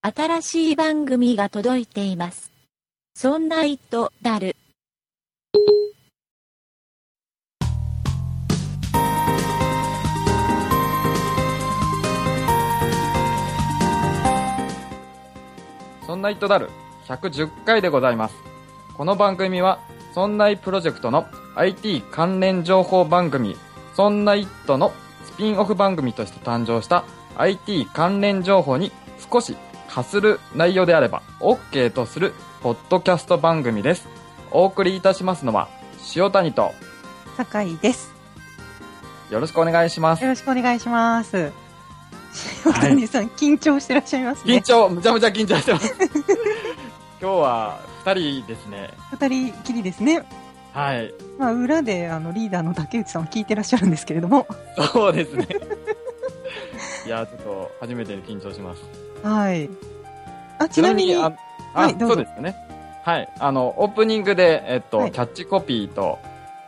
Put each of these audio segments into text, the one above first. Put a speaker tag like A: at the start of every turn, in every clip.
A: 新しい番組が届いています。そんな糸だる。
B: そんな糸だる110回でございます。この番組は、そんないプロジェクトの IT 関連情報番組、そんな糸のスピンオフ番組として誕生した IT 関連情報に少しかする内容であれば OK とするポッドキャスト番組です。お送りいたしますのは、塩谷と
C: 酒井です。
B: よろしくお願いします
C: よ。ろしくお願いします。塩谷さん、緊張してらっしゃいます
B: 緊
C: ね。
B: 張、むちゃむちゃ緊張してます。 今日は二人ですね。
C: 二人きりですね。
B: はい。
C: まあ、裏で、あの、リーダーの竹内さんを聞いてらっしゃるんですけれども。
B: そうですね。いや、ちょっと、初めてで緊張します。
C: はい。あ、ちなみに、
B: ち
C: は
B: あ、あ
C: はいどう
B: そ
C: ぞ
B: うですよね。はい。あの、オープニングで、えっと、
C: はい
B: キャッチコピーと、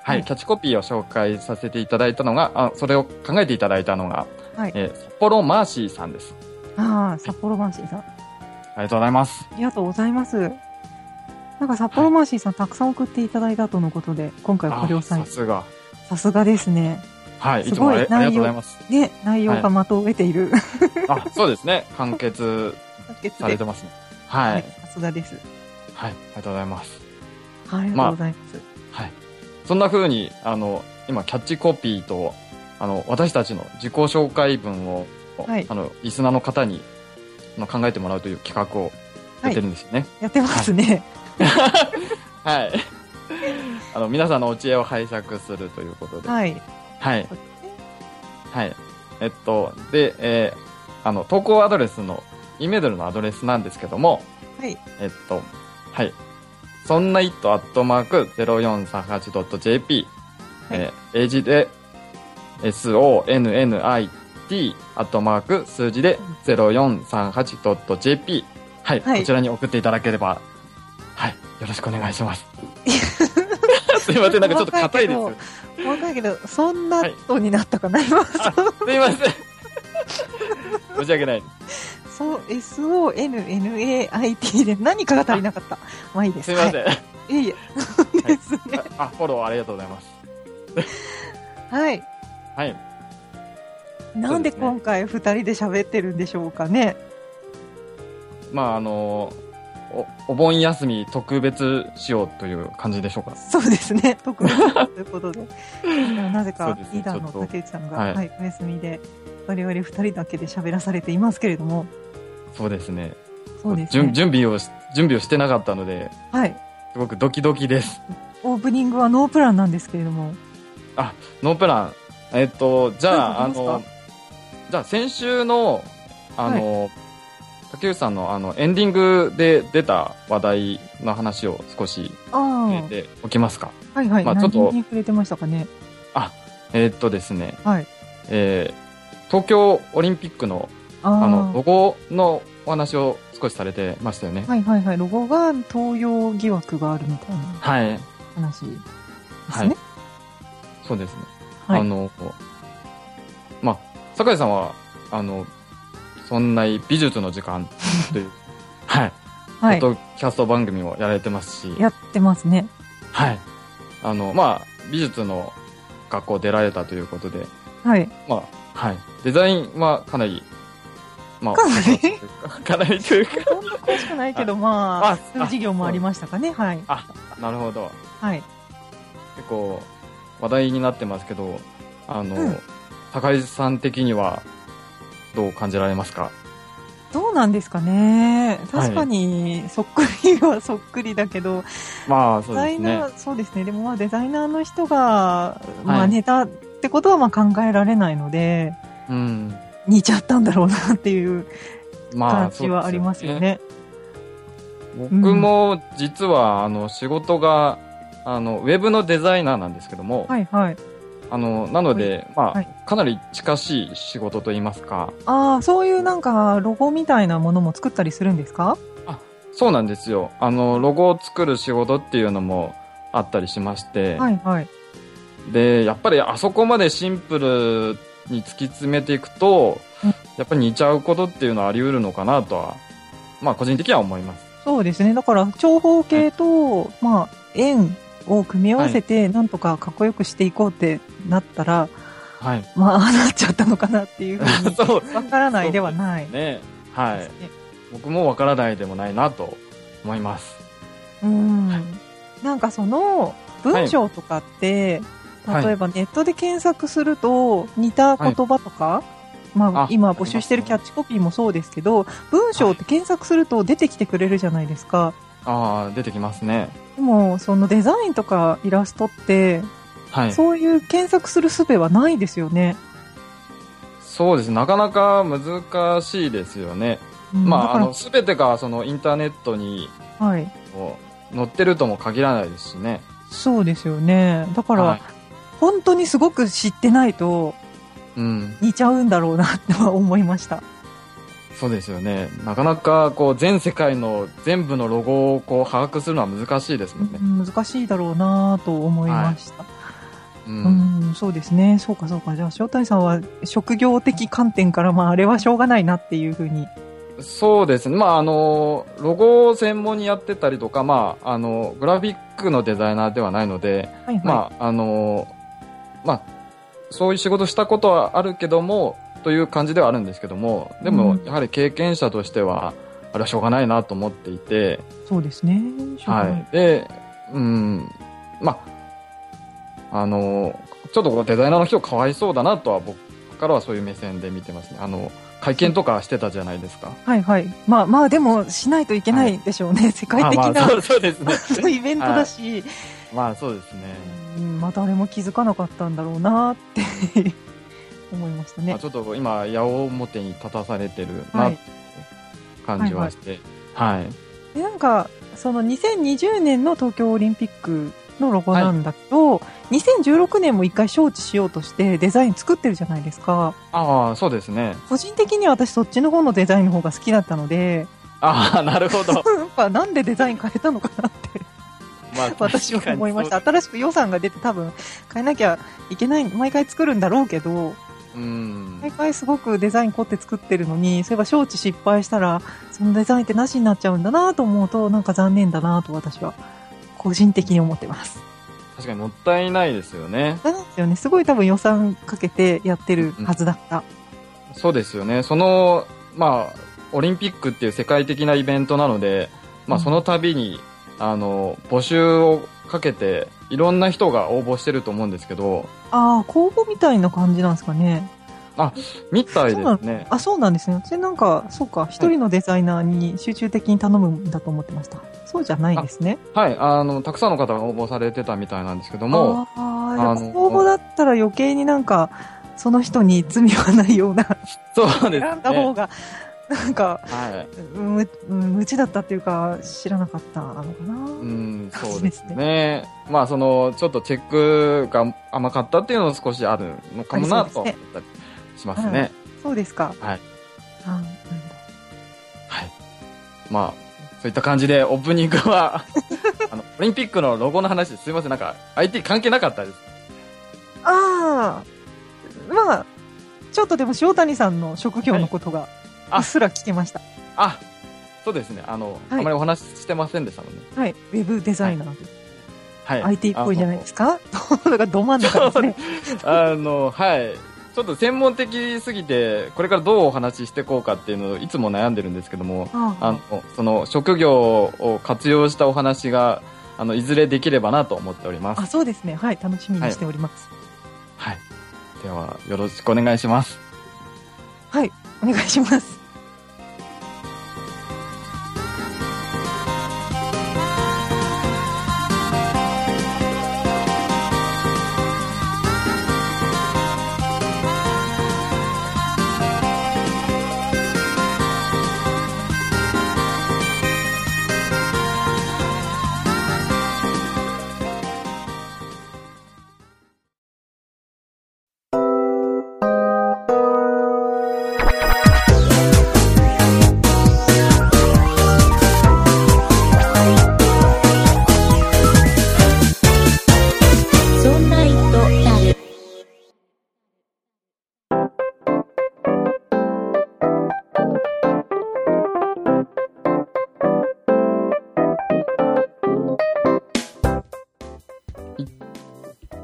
B: はい、
C: はい
B: キャッチコピーを紹介させていただいたのが、あそれを考えていただいたのが、
C: い。
B: えー札幌マーシーさんです。
C: ああ、札幌マーシーさん。あ
B: ありがとうございます。
C: りがとうございます。なんか札幌マーシーさん、たくさん送っていただいたとのことで、今回はご
B: あ
C: 量
B: さ
C: 産。
B: すが。
C: さすがですね。
B: はい、い
C: す
B: つも
C: ご
B: あ
C: い
B: れありがとうございます。
C: ね、内容が的を得ている。
B: あ、そうですね。完結されて ますね。は
C: はいい。。さすがです。
B: はい、ありがとうございます。
C: ありがとうございます。
B: はい。そんな風に、あの、今、キャッチコピーと、あの、私たちの自己紹介文を、
C: はい
B: あの、リスナーの方に、あの考えてもらうという企画をやってるんですよね。
C: やってますね。
B: はい。あの、皆さんのお知恵を拝借するということで。はい。
C: はい。
B: はい。えっと、で、えーあの、投稿アドレスの、イメドルのアドレスなんですけども、
C: はい。
B: えっと、はい。そんな it アットマーク 0438.jp、えー、英字で sonnit アットマーク数字で 0438.jp、はい。
C: はい
B: こちらに送っていただければ、はい。よろしくお願いし ます。すいません、なんかちょっと硬いですよ。
C: わかるけど、そんなとになったかな、今。
B: すいません。申し訳ないです。
C: そう、SONNAIT で何かが足りなかった。まあいいです。
B: すいませ
C: は
B: ん。
C: い、いえいえ。ですね。
B: あ、フォローありがとうございます。
C: はい。
B: はい。
C: なんで今回二人で喋ってるんでしょうかね。
B: まああのおお盆休み特別仕様という感じでしょうか。
C: そうですね。特別ということで。なぜ
B: そ
C: か
B: うですね
C: リーダ
B: ち
C: ー
B: ょ
C: の
B: っと
C: 竹内さんが、
B: はい
C: はい、お休みで、我々二人だけで喋らされていますけれども。
B: そうですね。
C: そうです
B: 準
C: ね。
B: 準備をし準備をしてなかったので、
C: はい。
B: すごくドキドキ です。
C: オープニングはノープランなんですけれども。
B: ノープラン。えっと、じゃあ、あ
C: なんかあ
B: の
C: り、
B: じゃあ先週の、あの、竹内さんのあの、エンディングで出た話題の話を少し
C: あ
B: 入れておきますか。
C: あ。はいはい。
B: まあちょっと
C: 何に触れてましたかね。
B: えっとですね、
C: はい。
B: えー東京オリンピックの、
C: あ
B: あ
C: あ
B: の、ロゴのお話を少しされてましたよね。
C: はいはいはい。ロゴが東洋疑惑があるみたいな
B: はい。
C: 話です
B: はい
C: ね。
B: そうですね。
C: はい。
B: あの、まあ、酒井さんは、あの、そんな美術の時 間という、はい、
C: はい
B: ポッドキャスト番組もやられてますし、
C: やってますね。
B: はい。あの、まあ、美術の学校出られたということで、
C: はい。
B: まあ、はい。デザインはかなり、まあ、
C: かなり
B: というか かなりというか、
C: そんな詳しくないけど、ま
B: あ
C: あ、そういう授業もありましたかね。はい。
B: あ、なるほど。
C: はい。
B: 結構、話題になってますけど、あの、
C: うん
B: 酒井さん的には、どう感じられますか
C: どうなんですかね。確かに、そっくりはそっくりだけど、
B: まあ、そう
C: デザ
B: で
C: イ
B: すね
C: ナ。ー、そうですね。でもまあ、デザイナーの人が、ま
B: は
C: あ、
B: い
C: ネタってことはまあ考えられないので、
B: うん。
C: 似ちゃったんだろうなっていう
B: まあ、
C: 感じはありますよ
B: そうで
C: ね。
B: すよね。僕も実は、あの、仕事が、あの、ウェブのデザイナーなんですけども、
C: はいはい。
B: あの、なので、まあ、
C: はい
B: かなり近しい仕事といいますか、
C: ああ、そういうなんか、ロゴみたいなものも作ったりするんですか
B: そうなんですよ。あの、ロゴを作る仕事っていうのもあったりしまして、
C: はいはい。
B: で、やっぱりあそこまでシンプルに突き詰めていくと
C: うん、
B: やっぱり似ちゃうことっていうのはあり得るのかなとはまあ個人的には思います。
C: そうですね。だから、長方形と、まあ、円を組み合わせて、なんとかかっこよくしていこうってなったら、
B: はい。
C: まあ、ああなっちゃったのかなっていうふうに、
B: そう
C: わからないではない。
B: ね。はい。僕もわからないでもないなと思います。
C: うん。なんかその、文章とかって、
B: はい
C: 例えばネットで検索すると、似た言葉とか、まあ
B: あ、
C: 今募集してるキャッチコピーもそうですけど、文章って検索すると出てきてくれるじゃないですか。
B: ああ、出てきますね。
C: でも、そのデザインとかイラストって、
B: はい。そう
C: そういう検索する術はないですよね。
B: です。なかなか難しいですよね。
C: うん
B: まあ、あ
C: だ
B: の、すべてがそのインターネットに
C: から、はい。
B: こう載ってるとも限らないですしね。
C: そうですよね。だから、
B: はい。
C: 本当にすごく知ってないと
B: うん。
C: 似ちゃうんだろうなとは思いました。
B: そうですよね。なかなか、こう、全世界の全部のロゴをこう、把握するのは難しいですもんね。
C: うん難しいだろうなと思いました。
B: う。
C: うんん、そうですね。そうかそうか。じゃあ、正体さんは職業的観点から、まあ、あれはしょうがないなっていうふうに。
B: そうですね。まあ、あの、ロゴを専門にやってたりとか、まあ、あの、グラフィックのデザイナーではないので、
C: はいはい。
B: まあ、あの、まあ、そういう仕事したことはあるけども、という感じではあるんですけども、で
C: う
B: も
C: ん、
B: やはり経験者としては、あれはしょうがないなと思っていて、
C: そうですね。しょうがな
B: はい。で、うん、まあ、あの、ちょっとこうデザイナーの人かわいそうだなとは僕からはそういう目線で見てますね。あの、会見とかしてたじゃないです か。
C: はいはい。まあまあ、でも、しないといけないでしょうね。世界的
B: あまあ、
C: な
B: そうそうですね。
C: イベントだし、
B: まあそうですね。
C: うんまあ、誰も気づかなかったんだろうなって 思いました
B: まあ、
C: ね。
B: ちょっと今、矢面に立たされてるなって感じはして。はい。
C: でなんかその2020年の東京オリンピックのロゴなんだけど、2016年も一回招致しようとしてデザイン作ってるじゃないですか
B: ああ、そうですね。
C: 個人的には私そっちの方のデザインの方が好きだったので
B: ああ、なるほど。
C: やっぱなんでデザイン変えたのかなって
B: まあ、
C: 私は思いました
B: 確
C: 新しく予算が出て多分変えなきゃいけない毎回作るんだろうけど
B: かにそう。うん。
C: 毎回すごくデザイン凝って作ってるのにそういえば招致失敗したらそのデザインってなしになっちゃうんだなと思うとなんか残念だなと私は個人的に思ってます
B: 確かにもったいないですよね。
C: なんですよね。すごい多分予算かけてやってるはずだった。
B: そうですよね。その、まあ、オリンピックっていう世界的なイベントなので、まあ、その度に、あの、募集をかけて、いろんな人が応募してると思うんですけど、
C: ああ、公募みたいな感じなんですかね。
B: みたいですね。
C: あ、そうなんですね。私なんか、そうか、一人のデザイナーに集中的に頼むんだと思ってました。そうじゃないんですね。
B: はい、あの、たくさんの方が応募されてたみたいなんですけども、
C: ああ、じゃあ
B: あの
C: 公募だったら余計になんか、その人に罪はないような、
B: そうですね。
C: 選んだ方が、なんか、
B: はい。
C: む、うん無知だったっていうか、知らなかったのかな。
B: うん、
C: 感
B: そう
C: じ
B: で
C: ですすね
B: ね。まあ、その、ちょっとチェックが甘かったっていうのも少しあるのかもな
C: あり
B: と
C: そう
B: 思
C: で
B: っ
C: すね
B: たりしますね。
C: そうですか。
B: はい
C: あ。なんだ
B: はい。まあ、そういった感じでオープニングは、 あの、オリンピックのロゴの話ですいません。なんか、IT 関係なかったです。
C: ああ、まあ、ちょっとでも塩谷さんの職業のことが、
B: あ
C: うっすら聞けました。
B: あ、そうですね。あの、
C: はい
B: あまりお話ししてませんでしたもんね。
C: はい。ウェブデザイナーで、
B: はい。
C: IT っぽいじゃないですすか だからど真ん中ですね。
B: か。あの、はい。ちょっと専門的すぎて、これからどうお話ししていこうかっていうのをいつも悩んでるんですけども、
C: あ
B: あの、その職業を活用したお話が、あの、いずれできればなと思っておりま
C: あ
B: す。
C: そうですね。はい。楽しみにしております。
B: はい。では、よろしくお願いします。
C: はい。お願いします。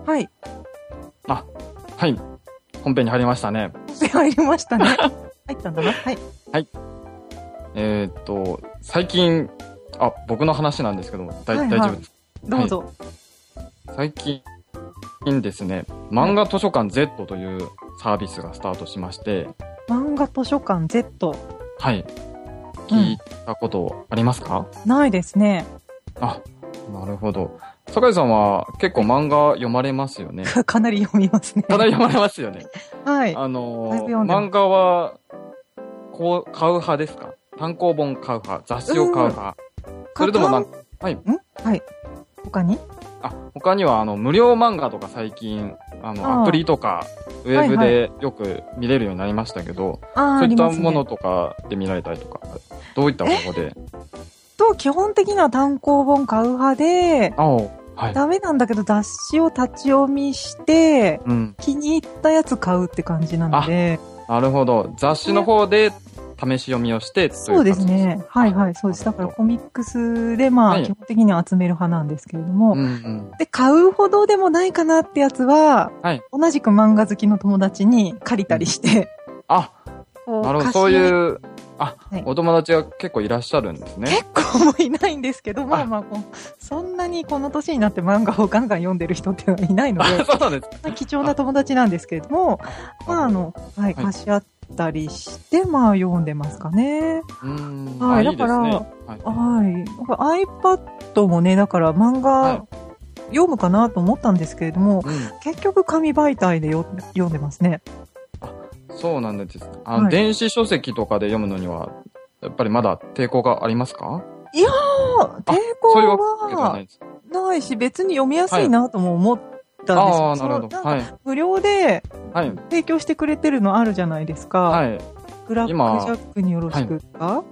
B: はい。本編に入りましたね。
C: で入りまし たね。入ったんだな。はい。
B: えーっと、最近、あ、僕の話なんですけども、だい
C: はいはい
B: 大丈夫です。
C: どうぞ。
B: 最近ですね、漫画図書館 Z というサービスがスタートしまして、
C: 漫画図書館 Z。
B: はい。聞いたことありますか、
C: ないですね。
B: あ、なるほど。酒井さんは結構漫画読まれますよね。
C: かなり読みますね。
B: ただ読まれます よね。
C: はい。
B: あの
C: だいぶ
B: ー
C: 読んでます
B: 漫画は、こう、買う派ですか単行本買う派雑誌を買う派それともなんか、はい。
C: んはい。他に
B: あ、他には、あの、無料漫画とか最近、あ
C: ああ
B: の、アプリとか、ウェブでよく見れるようになりましたけど、
C: あーあり
B: そういっ
C: ます
B: た
C: ね
B: ものとかで見られたりとか、どういった方法で
C: と、基本的には単行本買う派で、
B: あお、はい。
C: ダメなんだけど雑誌を立ち読みして、
B: うん。
C: 気に入ったやつ買うって感じなので、
B: なるほど。雑誌の方で試し読みをしてという形、
C: そうですね。はいはい、そうです。だからコミックスで、ま
B: は
C: あ、
B: い
C: 基本的には集める派なんですけれども、
B: うんうん。
C: で、買うほどでもないかなってやつは、
B: はい
C: 同じく漫画好きの友達に借りたりして、
B: あ、
C: こ
B: なるほど。そう
C: う
B: いう、あ、
C: はい
B: お友達が結構いらっしゃるんですね。
C: 貸し結構もいないんですけど、まあ
B: あ
C: まあこう、そんなにこの年になって漫画をガンガン読んでる人ってはいないの
B: あ
C: で、
B: そうなんです。
C: まあ貴重な友達なんですけれども、まああの、はい、
B: はい
C: 貸し合ったりして、まあ読んでますかね。
B: うーん。
C: はい
B: あいいですね。
C: だ
B: はい
C: はい。僕 iPad もね、だから漫
B: は
C: 画読むかなと思ったんですけれども、
B: うん
C: 結局紙媒体でよ読んでますね。
B: そうなんです。あの、
C: はい
B: 電子書籍とかで読むのには、やっぱりまだ抵抗がありますか
C: あ抵抗
B: そういうわけではな
C: はい
B: です。
C: ないし、別に読みやすいなとも思ったんですよ。
B: ああ、なるほど。
C: その
B: は
C: んか
B: い。
C: 無料で
B: はい。
C: 提供してくれてるのあるじゃないですか。
B: はい。
C: ブラックジ
B: 今
C: ャックによろしくか、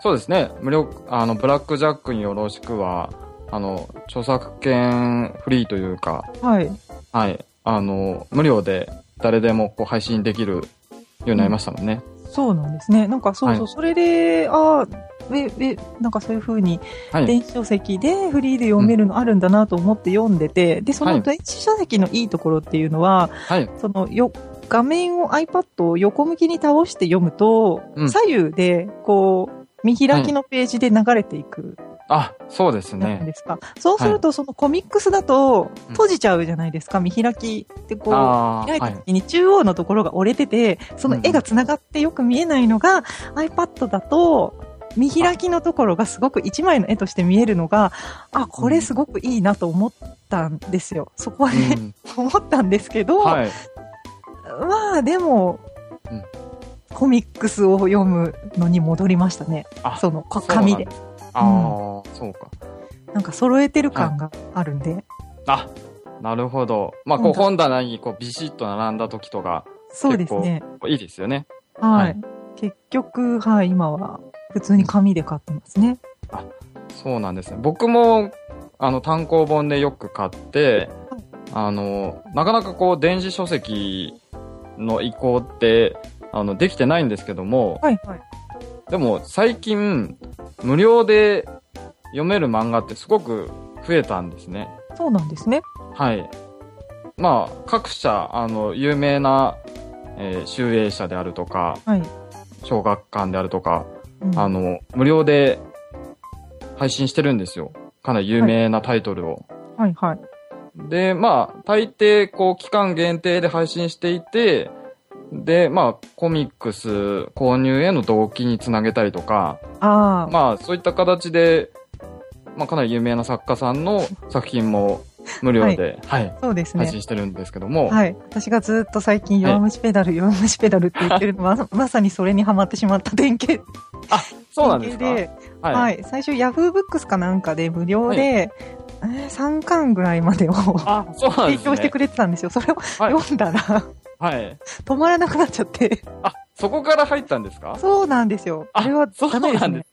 B: そうですね。無料、あの、ブラックジャックによろしくは、あの、著作権フリーというか、
C: はい、
B: はい。あの、無料で誰でもこう配信できるようになりましたもんね。
C: そうなんですね。なんかそうそう、
B: はい
C: それで、ああ、え、え、なんかそういう風に、
B: はい
C: 電子書籍でフリーで読めるのあるんだなと思って読んでて、で、そ
B: は
C: の
B: い
C: 電子書籍のいいところっていうのは、
B: はい。
C: そのよ、画面を iPad を横向きに倒して読むと、
B: うん
C: 左右で、こう、見開きのページで流れていく
B: あ、そうです
C: じゃない
B: ね。
C: ですか。そうすると、そのコミックスだと、
B: うん
C: 閉じちゃうじゃないですか。見開きってこう、
B: ああ、
C: 開い
B: は
C: た
B: い。
C: 時に中央のところが折れてて、その絵が繋がってよく見えないのが、iPad だと、見開きのところがすごく一枚の絵として見えるのが、あ、これすごくいいなと思ったんですよ。そこは
B: う
C: ね、
B: ん
C: 思ったんですけど、
B: はい。
C: まあでも、
B: うん
C: コミックスを読むのに戻りましたね。
B: あ
C: そのこ
B: そうなん
C: 紙で。
B: ああ、そうか。
C: なんか揃えてる感があるんで。
B: あ、なるほど。まあ、こう
C: 本
B: 本棚にこうビシッと並んだ時とか、
C: そうですね。
B: いいですよね。
C: はい。
B: はい
C: 結局、はい、今は普通に紙で買ってますね。
B: そうなんですね。僕も、あの、単行本でよく買って
C: はい、
B: あの、なかなかこう、電子書籍の移行って、あの、できてないんですけども、
C: はい、はい。
B: でも最近、無料で読める漫画ってすごく増えたんですね。
C: そうなんですね。
B: はい。まあ、各社、あの、有名な、えー、集英社であるとか、
C: はい。
B: 小学館であるとか、
C: うん
B: あの、無料で配信してるんですよ。かなり有名なタイトルを。
C: はいはい。
B: で、まあ、大抵、こう、期間限定で配信していて、で、まあ、コミックス購入への動機につなげたりとか、
C: ああ、
B: まあ、そういった形で、まあ、かなり有名な作家さんの作品も無料で、はい、
C: そうです
B: 配
C: ね。
B: 信してるんですけども、
C: はい。私がずっと最近、弱虫ペダル、弱虫ペダルって言ってるのは、ま まさにそれにハマってしまった典型。
B: そうなんですか
C: 典
B: は
C: 型
B: い。
C: はい、最初、ヤフーブックスかなんかで無料で、えー3巻ぐらいまでを
B: あ、そうなんです
C: 提
B: ね。
C: 供してくれてたんですよ。それを
B: はい
C: 読んだら、
B: はい。
C: 止まらなくなっちゃって。
B: あ、そこから入ったんですか
C: そうなんですよ。あれはダメで
B: そうな
C: す
B: んで
C: ね。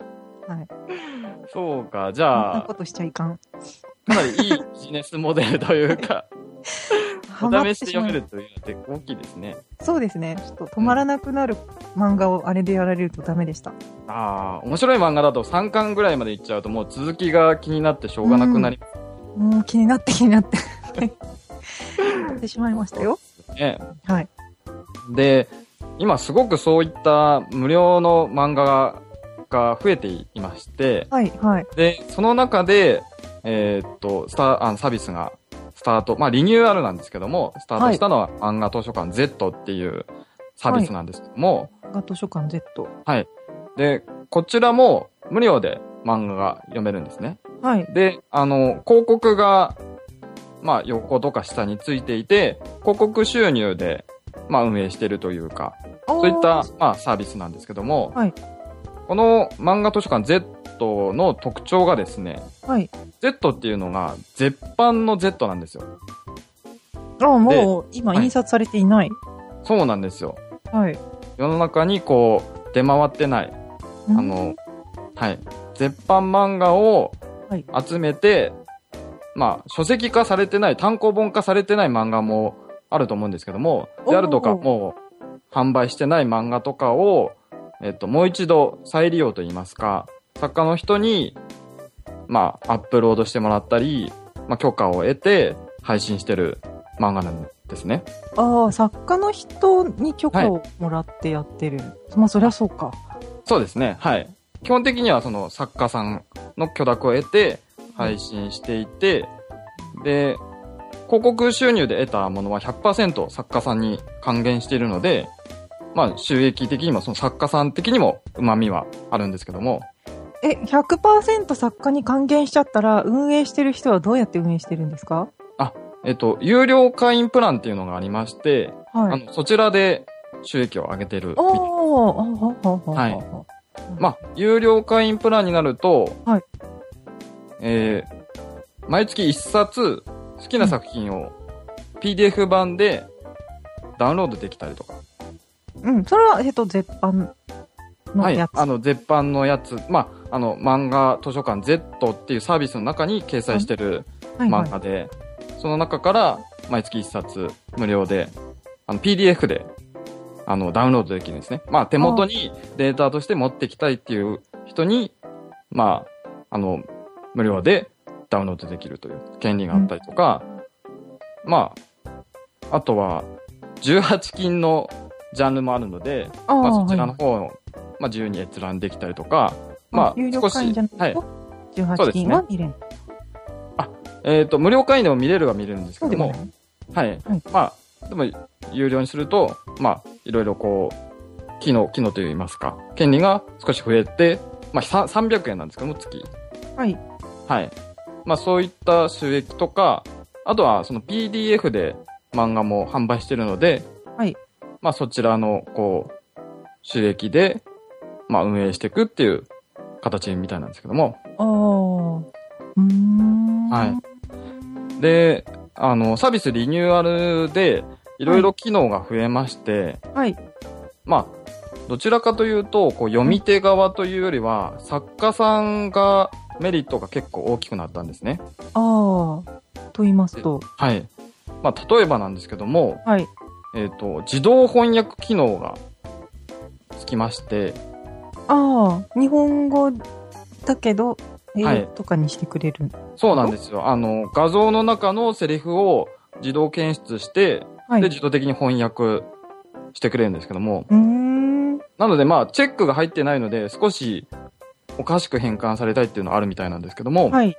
B: そうか、じ
C: そん
B: ゃ
C: な
B: あ
C: こ、としちゃいかん。
B: かなりいいビジネスモデルというか、お試しで読めるというのって大きいですね。
C: そうですね。ちょっと止まらなくなる漫画をあれでやられるとダメでした。
B: ああ、面白い漫画だと3巻ぐらいまでいっちゃうともう続きが気になってしょうがなくなりま
C: もう気になって気になって。やってしまいましたよ。
B: す。ね。
C: はい。
B: で、今すごくそういった無料の漫画がが増えていまして、
C: はい、はい。
B: で、その中で、えーっと、スターあの、サービスがスタート、まあリニューアルなんですけども、スタートしたのは漫画図書館 Z っていうサービスなんですけども、
C: が図書館 Z。
B: で、こちらも無料で漫画が読めるんですね。
C: はい。
B: で、あの、広告が、まあ横とか下についていて、広告収入で、まあ運営してるというか、
C: そ
B: そういった、まあ、サービスなんですけども、
C: はい
B: この漫画図書館 Z の特徴がですね、
C: はい。
B: Z っていうのが絶版の Z なんですよ。
C: ああ、もう、今
B: はい
C: 印刷されていない。
B: そうなんですよ。
C: はい。
B: 世の中にこう、出回ってない、
C: あ
B: あの、、はい、絶版漫画を
C: はい
B: 集めて、まあ、書籍化されてない、単行本化されてない漫画もあると思うんですけども、であるとか、
C: おー
B: もう、販売してない漫画とかを、えっと、もう一度再利用といいますか、作家の人に、まあ、アップロードしてもらったり、まあ、許可を得て配信してる漫画なんですね。
C: ああ、作家の人に許
B: はい
C: 可をもらってやってる。まあ、そりゃそうか。
B: そうですね。はい。基本的にはその作家さんの許諾を得て配信していて、で、広告収入で得たものは100%作家さんに還元しているので、まあ収益的にもその作家さん的にも旨味はあるんですけども、
C: え、100%作家に還元しちゃったら、運営してる人はどうやって運営してるんですか
B: えっと、有料会員プランっていうのがありまして、
C: は
B: あ
C: い。
B: のそちらで収益を上げてるみたいな
C: おーあははは
B: はい
C: は
B: まあ、有料会員プランになると、
C: はい
B: えー毎月1冊好きな作品を PDF 版でダウンロードできたりとか、
C: うん、それは、えっと、絶版の
B: はい
C: や、つ。
B: あの、絶版のやつ、まあ、あの、漫画図書館 Z っていうサービスの中に掲載してる
C: はいはい
B: 漫画で、その中から毎月1冊無料で、あの、PDF で、あの、ダウンロードできるんですね。まあ、手元にデータとして持ってきたいっていう人に、まあ、あの、無料でダウンロードできるという権利があったりとか、まあ、あとは、18禁のジャンルもあるので、
C: あー
B: まあ、そちら
C: はい
B: の方を、まあ、自由に閲覧できたりとか、まあ、
C: 有料
B: 少し、
C: 会員じゃ
B: は
C: ない
B: い
C: と、。
B: そう
C: 18
B: ですね
C: 金は見れん。
B: えっ、と、無料会員でも見れるは見れるんですけ
C: そうで
B: ど
C: も
B: も
C: な、い。
B: はい。
C: はい
B: まあ、でも、有料にすると、まあ、いろいろこう、機能、機能といいますか、権利が少し増えて、まあ、さ300円なんですけども、月。
C: はい。
B: はい。まあ、そういった収益とか、あとは、その PDF で漫画も販売してるので、
C: はい。
B: まあ、そちらの、こう、収益で、まあ、運営していくっていう形みたいなんですけども。
C: ああ。うーん。
B: はい。で、あの、サービスリニューアルで、いろいろ機能が増えまして、
C: はい。
B: まあ、どちらかというと、こう読み手側というよりは、作家さんがメリットが結構大きくなったんですね。
C: ああ。と言いますと。
B: はい。まあ、例えばなんですけども、
C: はい。
B: えっ、と、自動翻訳機能がつきまして、
C: ああ。日本語だけど、英
B: は
C: 語
B: い
C: とかにしてくれる。
B: そうなんですよ。あの、画像の中のセリフを自動検出して、
C: はい。
B: で、
C: う
B: 自動的に翻訳してくれるんですけども、
C: ーん。
B: なのでまあ、チェックが入ってないので、少しおかしく変換されたいっていうのはあるみたいなんですけども、
C: はい。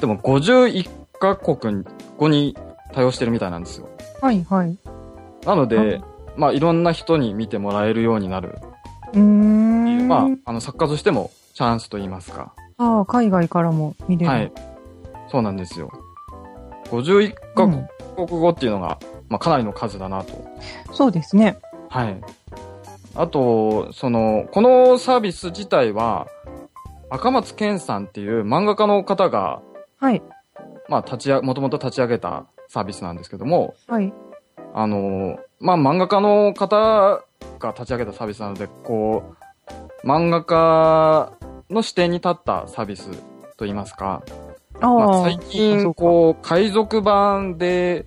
B: でも51カ国語に対応してるみたいなんですよ。
C: はい。はい。
B: なので
C: あ、
B: まあいろんな人に見てもらえるようになるっ
C: うー。
B: ていうんまああの作家としてもチャンスと言いますか。
C: ああ、海外からも見れる。
B: はい。そうなんですよ。51カ
C: う
B: 国
C: ん
B: 語っていうのが、まあかなりの数だなと。
C: そうですね。
B: はい。あと、その、このサービス自体は、赤松健さんっていう漫画家の方が、
C: はい。
B: まあ立ち上、もともと立ち上げたサービスなんですけども、
C: はい。
B: あの、まあ、漫画家の方が立ち上げたサービスなので、こう、漫画家の視点に立ったサービスといいますか、
C: ああ。
B: まあ、最
C: そ
B: 近、
C: うか
B: こう、海賊版で、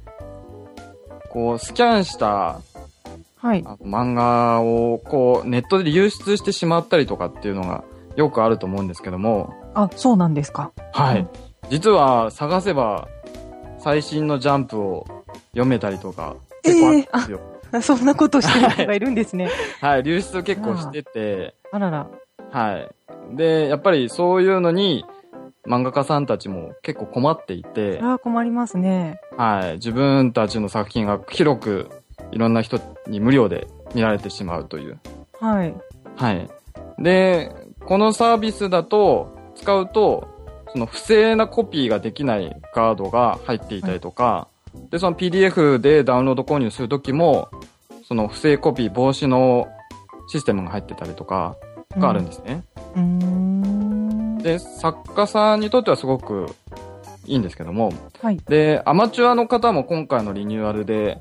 B: こう、スキャンした
C: そうかはい。
B: あの漫画を、こう、ネットで流出してしまったりとかっていうのがよくあると思うんですけども、
C: あ、そうなんですか。
B: は
C: う
B: い
C: ん。
B: 実は、探せば、最新のジャンプを読めたりとか、結構あるん
C: ええ
B: ですよ。
C: そんなことしてる人がいるんですね。
B: はい、流出結構してて、
C: あらら。
B: はい。で、やっぱりそういうのに、漫画家さんたちも結構困っていて、
C: ああ、困りますね。
B: はい。自分たちの作品が広く、いろんな人に無料で見られてしまうという。
C: はい。
B: はい。で、このサービスだと、使うと、その不正なコピーができないガードが入っていたりとか、で、その PDF でダウンロード購入するときも、その不正コピー防止のシステムが入ってたりとか、があるんですね。
C: うーん。
B: で、作家さんにとってはすごくいいんですけども、
C: はい。
B: で、アマチュアの方も今回のリニューアルで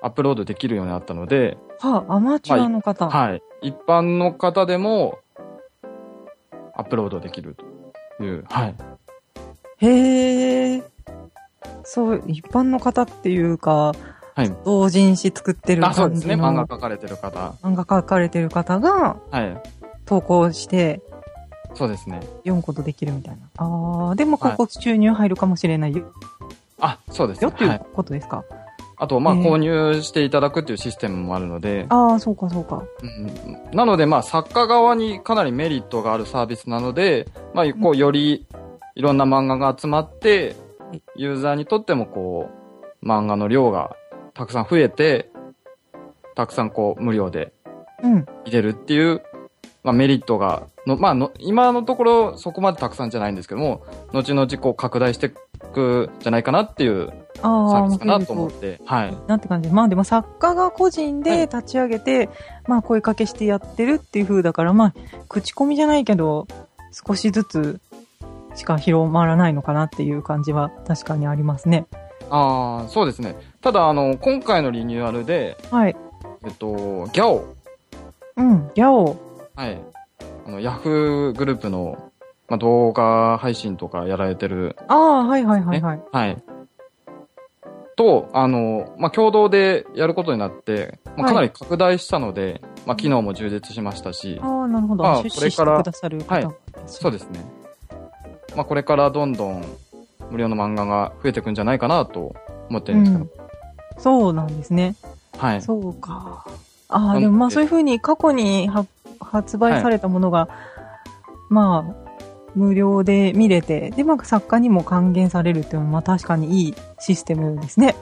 B: アップロードできるようになったので、
C: はあ、アマチュアの方。
B: はい。一般の方でもアップロードできるという。はい。
C: へえ。そう、一般の方っていうか、
B: はい
C: 同人誌作ってる
B: あ、そう
C: 感
B: です
C: じ
B: ね。
C: の
B: 漫画描かれてる方。
C: 漫画描かれてる方が
B: はい。
C: 投稿して
B: そうですね。
C: 読むことできるみたいな。ああ、でも広告収入入るかもしれないよ,、
B: あ、そうですね。
C: ってい
B: は
C: う
B: い。
C: ことですか。
B: あと、まあ、
C: えー
B: 購入していただくっていうシステムもあるので、
C: ああ、そうかそうか。
B: うんなので、まあ、作家側にかなりメリットがあるサービスなので、まあ、こう、よりいろんな漫画が集まって
C: はい、
B: ユーザーにとっても、こう、漫画の量がたくさん増えて、たくさんこう、無料で
C: うん。
B: 入れるっていう、まあ、メリットがの、まあの、今のところそこまでたくさんじゃないんですけども、後々こう、拡大していくんじゃないかなっていうサ
C: あ
B: ー
C: あ、
B: ビスかなと
C: そう
B: 思って、はい。
C: なんて感じ。まあでも作家が個
B: は
C: 人
B: い
C: で立ち上げて、まあ声かけしてやってるっていう風だから、まあ口コミじゃないけど、少しずつしか広まらないのかなっていう感じは確かにありますね。
B: ああ、そうですね。ただ、あの、今回のリニューアルで、
C: はい。
B: えっと、ギャオ
C: うん。ギャオ。
B: はい。あの、ヤフーグループの、まあ、動画配信とかやられてる、
C: ああ、はいはいはいはい。
B: はい。と、あの、まあ、共同でやることになって、まあ、
C: はい
B: かなり拡大したので、まあ、機能も充実しましたし、
C: ああ、なるほど。
B: まあ
C: 出
B: これ
C: 資し
B: か
C: て
B: ら
C: くださる方が、
B: はそうですね。まあ、これからどんどん無料の漫画が増えていくんじゃないかなと思ってるんですけど、
C: うんそうなんですね。
B: はい。
C: そうか。
B: な
C: あ
B: の
C: あ、
B: で
C: でもまあそういうふうに過去には発売されたものが、まあ、無料で見れて、で、まあ作家にも還元されるっていうのも、まあ確かにいいシステムですね。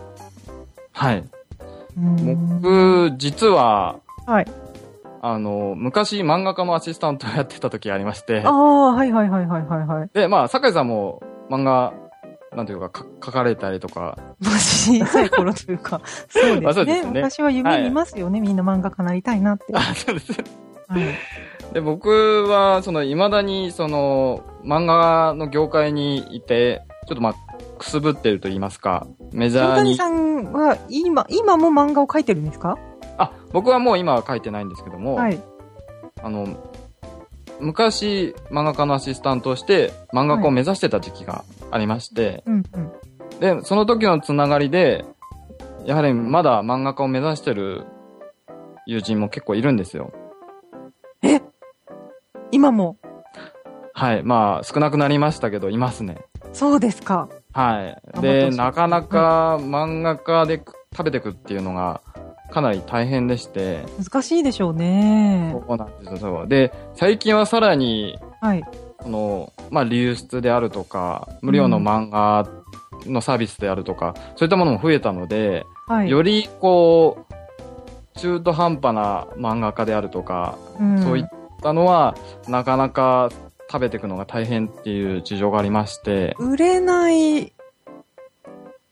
B: はい。
C: うん。
B: 僕、実は、
C: はい。
B: あの、昔漫画家のアシスタントをやってた時ありまして、
C: ああ、はいはいはいはいはいはい。
B: で、まあ、酒井さんも漫画、なんていうか、か書かれたりとか、
C: まあ小さい頃というか、そう
B: ま
C: で
B: あそ
C: す
B: うで
C: ね。
B: すね
C: 昔は夢見ますよね、みんな漫画家なりたいなって。
B: あ、そうです。
C: はい、
B: で、僕は、その、未だに、その、漫画の業界にいて、ちょっとまあ、くすぶってると言いますか、メジャ
C: 大
B: ー
C: 谷
B: に。
C: さんは今、今も漫画を描いてるんですか
B: あ、僕はもう今は書いてないんですけども、
C: はい。
B: あの、昔、漫画家のアシスタントをして、漫画家を目指してた時期がありまして、
C: うんうん。
B: で、その時のつながりで、やはりまだ漫画家を目指してる友人も結構いるんですよ。
C: え今も、
B: はい。まあ、少なくなりましたけど、いますね。
C: そうですか。
B: はい。
C: 頑張って
B: で、
C: ほしい
B: なかなか漫画家で食べてくっていうのが、かなり大変でして、
C: 難しいでしょうね
B: そ。うなんですよ。で、最近はさらに、
C: はい。
B: その、まあ、流出であるとか、無料の漫画のサービスであるとか、そういったものも増えたので、
C: はい。
B: より、こう、中途半端な漫画家であるとか、
C: うん
B: そういったのは、なかなか食べていくのが大変っていう事情がありまして、
C: 売れない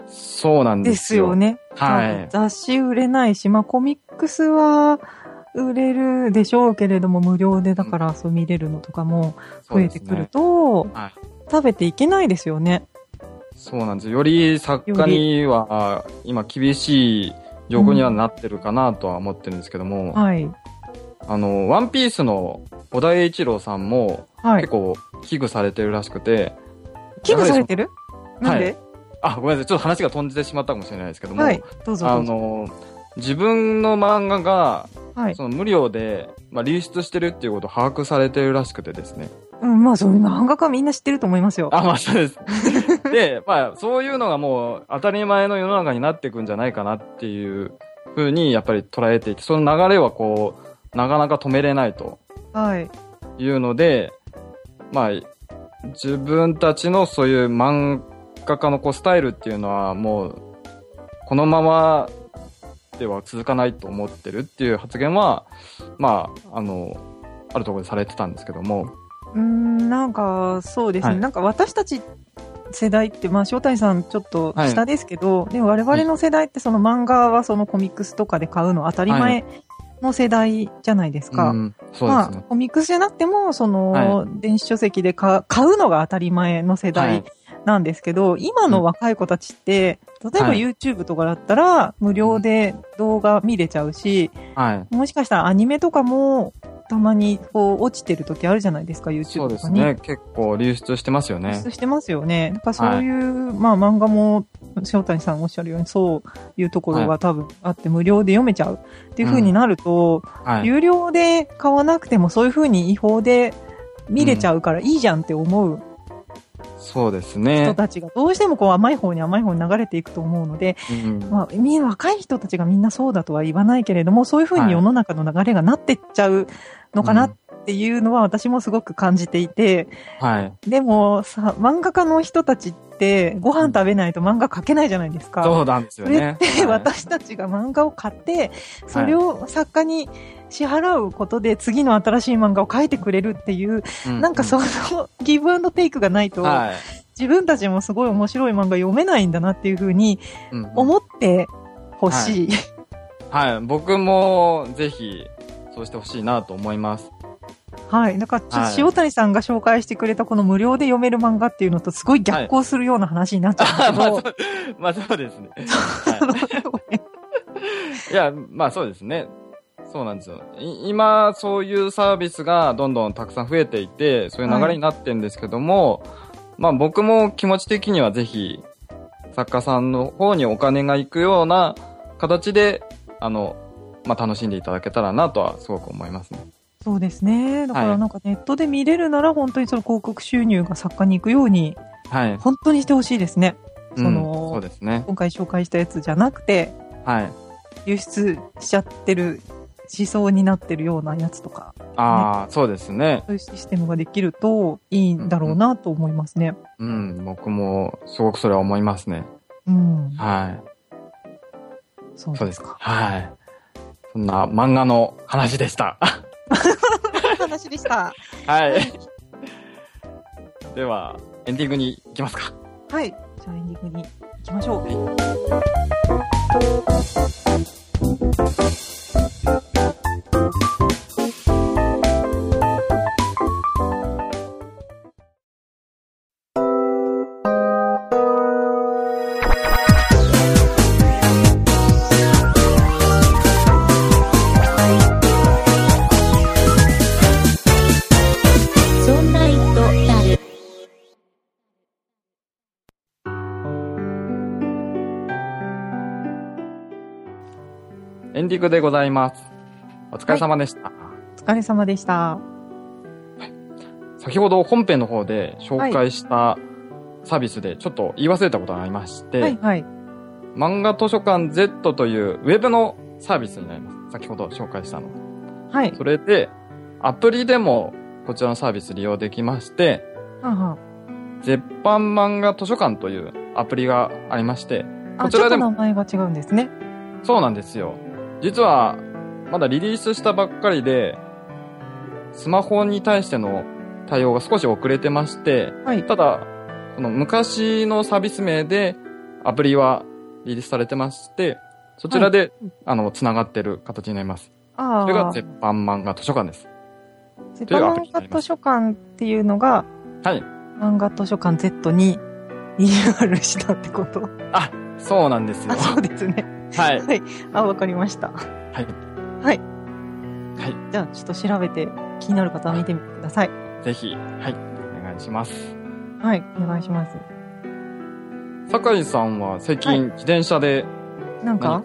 B: そうなんで
C: ですす
B: よ。
C: よね。
B: はい
C: 雑誌売れないし、まあコミックスは売れるでしょうけれども、無料でだからそう見れるのとかも
B: そう
C: 増え
B: です
C: て
B: ね
C: くると、
B: はい
C: 食べていけないですよね。
B: そうなんですよ。より作家には、今厳しい状況にはなってるかなとは思ってるんですけども、
C: はい。
B: あの、ワンピースの小田栄一郎さんも
C: は
B: 結
C: い。
B: 構危惧されてるらしくて、
C: 危惧されてる
B: や
C: な
B: は
C: ん
B: り
C: で
B: あ、ごめんなさい。ちょっと話が飛んでしまったかもしれないですけども、
C: はい。どうぞど
B: あ
C: うぞ。
B: の、自分の漫画が、
C: はい。
B: その無料で、まあ、流出してるっていうことを把握されてるらしくてですね。
C: うん、まあそういう漫画家みんな知ってると思いますよ。
B: あ、まあ、そうです。で、まあ、そういうのがもう当たり前の世の中になっていくんじゃないかなっていうふうにやっぱり捉えていて、その流れはこう、なかなか止めれないと
C: はい。
B: いうので、まあ、自分たちのそういう漫画家のこうスタイルっていうのはもう、このままでは続かないと思ってるっていう発言は、まあ、あの、あるところでされてたんですけども、
C: うーん、なんか、そうですね。
B: はい
C: なんか私たち世代って、まあ、正谷さんちょっと
B: はい
C: 下ですけど、でも我々の世代ってその漫画はそのコミックスとかで買うの当たり
B: は
C: 前の世代じゃないですか。
B: うん、そうで
C: ますあ、
B: ね。
C: コミックスじゃなくても、その、
B: は
C: 電子書籍でか買うのが当たり前の世代なんですけど、今の若い子たちって、例えば
B: はい
C: YouTube とかだったら、無料で動画見れちゃうし、
B: はい。
C: もしかしたらアニメとかも、たまにこう落ちてる時あるじゃないですか、
B: そ
C: YouTube
B: うで
C: とか
B: す
C: に。
B: ね。結構流出してますよ
C: 露
B: ね
C: 出。してますよね。だからそういう、まあ漫画も、塩谷さんおっしゃるように、そういうところ
B: は
C: が多分あって、無料で読めちゃうっていう風になると、
B: はい。
C: 有料で買わなくてもそういう風に違法で見れちゃうからいいじゃんって思う
B: そうです
C: 人
B: ね。
C: たちが、どうしてもこう甘い方に甘い方に流れていくと思うので、
B: うん
C: まあ、み若い人たちがみんなそうだとは言わないけれども、そういう風
B: はい
C: に世の中の流れがなってっちゃうのかなっていうのは私もすごく感じていて、
B: はい。
C: でもさ、漫画家の人たちって、ご飯食べないと漫画描けないじゃないですか。
B: そうなんですよ
C: それ
B: ね
C: っ。て
B: はい
C: 私たちが漫画を買って、それを作家に支払うことで次の新しい漫画を描いてくれるっていう、なんかそのギブアンドテイクがないと、
B: はい
C: 自分たちもすごい面白い漫画読めないんだなっていうふうに
B: うんうん
C: 思ってほしい。
B: はい。僕も、ぜひ、そうしてほしいなと思い ます。
C: はい。だからちょっ
B: は
C: と
B: い
C: 塩谷さんが紹介してくれたこの無料で読める漫画っていうのとすごい逆行するような話になっちゃ
B: まあ、
C: うんだけ
B: そ
C: ど
B: う、 まあ、そう ですね。はい、いや、まあ、そうですね。そうなんですよ。い今、そういうサービスがどんどんたくさん増えていて、そういう流れになってんですけども、まあ、僕も気持ち的にはぜひ、作家さんの方にお金が行くような形で、あの、まあ、楽しんでいただけたらなとはすごく思いますね。
C: そうですね。だからなんかネットで見れるなら本当にその広告収入が作家に行くように
B: はい。
C: 本当にしてほしいですね。そ
B: う
C: の
B: んそうですね。
C: 今回紹介したやつじゃなくて
B: はい。
C: 流出しちゃってる思想になってるようなやつとか、
B: ああ、そうですね。
C: そういうシステムができるといいんだろうなと思いますね。
B: うん、僕もすごくそれは思いますね。
C: うん。
B: はい。
C: そう
B: そう
C: で
B: ですす
C: か
B: か。。はい。そんな漫画の話でした。
C: 話でした。
B: はい。では、エンディングに行きますか。
C: はい。じゃあエンディングに行きましょう。
A: そんな糸だる。
B: エンディングでございます。お疲れ様でした。
C: お疲れ様でした。
B: 先ほど本編の方で紹介したサービスでちょっと言い忘れたことがありまして、
C: はいはい。
B: 漫画図書館 Z というウェブのサービスになります。先ほど紹介したの。
C: はい。
B: それで、アプリでもこちらのサービス利用できまして、
C: はんはん
B: 絶版漫画図書館というアプリがありまして、
C: あ、
B: こ
C: ち
B: ち
C: ょっ
B: らで
C: と
B: も
C: 名前が違うんですね。
B: そうなんですよ。実は、まだリリースしたばっかりで、スマホに対しての対応が少し遅れてまして、
C: はい。
B: ただ、その昔のサービス名でアプリはリリースされてまして、そちらで、あの、繋がってる形になります。
C: あ
B: それが絶版漫画図書館です。
C: ゼ
B: というア
C: パ
B: プ
C: 漫
B: リになり
C: 画
B: ま
C: 図書館っていうのが、
B: はい。
C: 漫画図書館 Z にリニューアルしたってこと。
B: あ、そうなんですよ
C: あ、。そうですね。
B: はい。
C: はい。あ、わかりました。
B: はい。
C: はい。
B: はい。
C: じゃあ、ちょっと調べて、気になる方は見てみてください。
B: ぜひ、はい、お願いします。
C: はい。お願いします。
B: 酒井さんは最
C: はい
B: 近、自転車で
C: なんか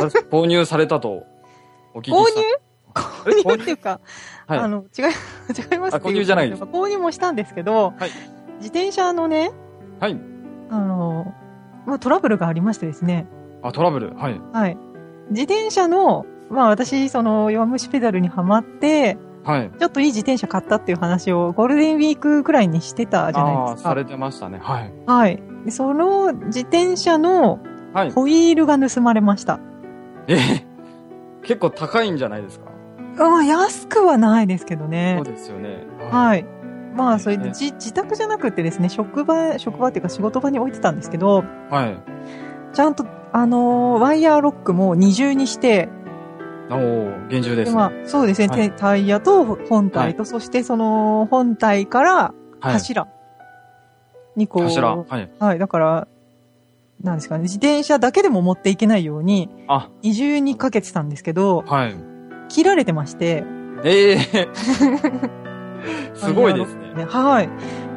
B: 何、か、購入されたとお聞きした。
C: 購入購入っていうか、
B: はい
C: あの、 違い、違います
B: あ購入じゃないです
C: 購入もしたんですけど、
B: はい
C: 自転車のね、
B: はい。
C: あの、まあ、トラブルがありましてですね。
B: あ、トラブル。はい。
C: はい。自転車の、まあ私、その弱虫ペダルにはまって、
B: はい。
C: ちょっといい自転車買ったっていう話をゴールデンウィークくらいにしてたじゃな
B: あ
C: いで
B: ー
C: す
B: さ
C: か。
B: れてましたね。はい。
C: はい。でその自転車の
B: はい。
C: ホイールが盗まれました。
B: えー結構高いんじゃないですか。
C: まあ安くはないですけど
B: そ
C: ね
B: う。ですよね。
C: はい。まあ、それ
B: ええ
C: で、じ、自宅じゃなくてですね、職場、職場っていうか仕事場に置いてたんですけど、
B: い。はい。
C: ちゃんと、あのーワイヤーロックも二重にして、
B: おー、厳重ですね。
C: でまあ、そうですね、
B: はい
C: タイヤと本体と、そしてその本体から
B: はい。
C: 柱にこう、
B: 柱。はい。
C: はい、だから、なんですかね、自転車だけでも持っていけないように、
B: あ、
C: 二重にかけてたんですけど、
B: はい。
C: 切られてまして、
B: ええ すごいですね。
C: ねはい。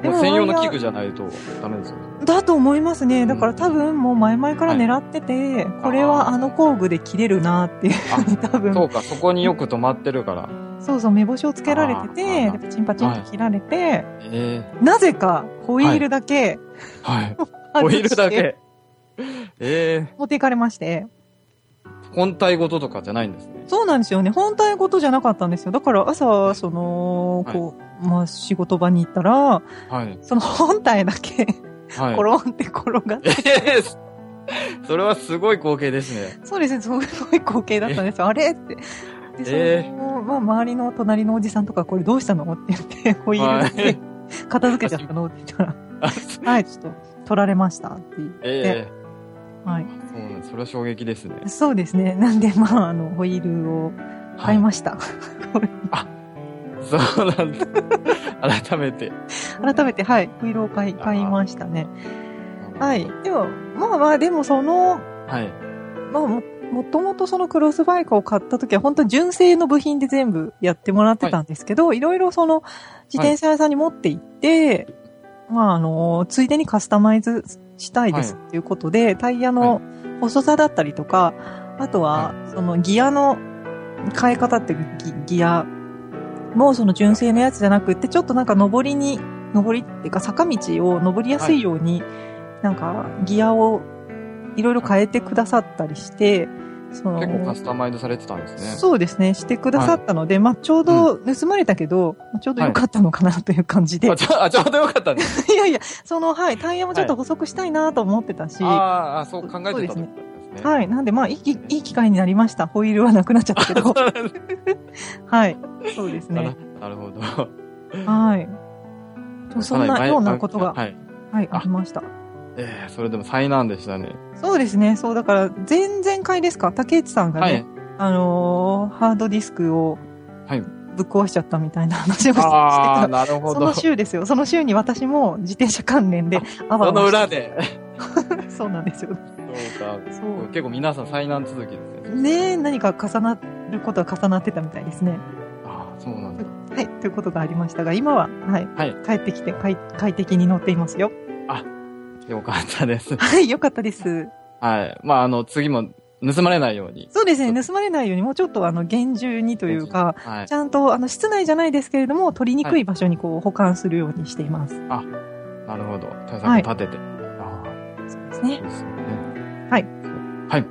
B: もう専用の器具
C: ワイ
B: じゃないとダメですよね。
C: ヤーだと思いますね。だから多分もう前々から狙ってて、これはあの工具で切れるなっていう ふうに多分
B: そうか、そこによく止まってるから。
C: そうそう、目星をつけられて
B: あ
C: て、
B: ー
C: でパチンパチンと切られて、
B: ええ
C: なぜかホイールだけ、
B: はい。
C: 外
B: オイ
C: して
B: ルだ。け。ええ
C: 持っていかれまして。
B: 本体ごととかじゃないんですね。
C: そうなんですよね。本体ごとじゃなかったんですよ。だから朝、その、
B: はい
C: こう、まあ、仕事場に行ったら、
B: はい。
C: その本体だけ、
B: はい。
C: コロンって 転がって、
B: ええ それはすごい光景ですね。
C: そうですね、すごい光景だったんですよ。あれって。で、
B: え
C: その、まあ、周りの隣のおじさんとか、これどうしたのって言って、ホイールだけ片付けちゃったのって言ったら、
B: あ
C: はい、ちょっと取られましたって言って、
B: ええ
C: はい。
B: そうなんです。それは衝撃ですね。
C: そうですね。なんで、まあ、あの、ホイールを買いました。
B: そうなんです。改めて。
C: 改めて、はい、ホイールを買い、買いましたね。は。
B: はい
C: でも、まあまあ、でもその、
B: い。
C: まあも、もともとそのクロスバイクを買った時は、本当に純正の部品で全部やってもらってたんですけど、い、ろいろその、自転車屋さんに持って行って、まあ、あの、ついでにカスタマイズしたいですっていうことで、タイヤの細さだったりとか、あとは、そのギアの変え方っていうかギギアもうその純正のやつじゃなくって、ちょっとなんか上りに、上りっていうか坂道を上りやすいように、なんかギアをいろいろ変えてくださったりして、その
B: 結構カスタマイズされてたんですね。
C: そうですね、してくださったので、まあちょうど盗まれたけど、まあちょうど良かったのかなという感じで、
B: あ、ちょあちょうどよかった ね。
C: い、やいや、その、はい、タイヤもちょっと補足したいなと思ってたし、
B: あー
C: は
B: あ、そう考えてたとこだったんですね。
C: い、なんでまあいい機、いい機会になりました。ホイールはなくなっちゃった けど、はい、そうですね。
B: ななるほど。
C: はい。そんなようなことが、
B: はい。
C: はい、
B: あ
C: ありました。
B: ええそれでも災難でしたね。
C: そうですね。そう、だから、前々回ですか竹内さんが
B: は
C: ね、
B: い。
C: あのーハードディスクを
B: はい。
C: ぶっ壊しちゃったみたいな話をして
B: ああ、
C: た。
B: なるほ
C: そ
B: ど。
C: の
B: そ
C: 週ですよ。その週に私も自転車関 連で、あわあ
B: の
C: わ
B: 裏で。
C: して。そうなんですよ。
B: そうか。
C: そう。
B: 結構皆さん災難続きですね。
C: ねえ、何か重なることは重なってたみたいですね。
B: ああ、そうなんだ。
C: はい、ということがありましたが、今は、はい、
B: はい
C: 帰ってきて快、快適に乗っていますよ。
B: よかった です。
C: はい、よかったです。
B: はい。まあ、あの、次も盗まれないように。
C: そうですね、盗まれないようにもうちょっとあの厳重にというか、
B: はい
C: ち。ゃんとあの室内じゃないですけれども、取りにくい場所にこう保管するようにしています。
B: なるほど。対策
C: はい
B: 立てて。あ
C: そうです
B: あ、いい
C: ね。
B: ですね。
C: はい
B: はい。
C: と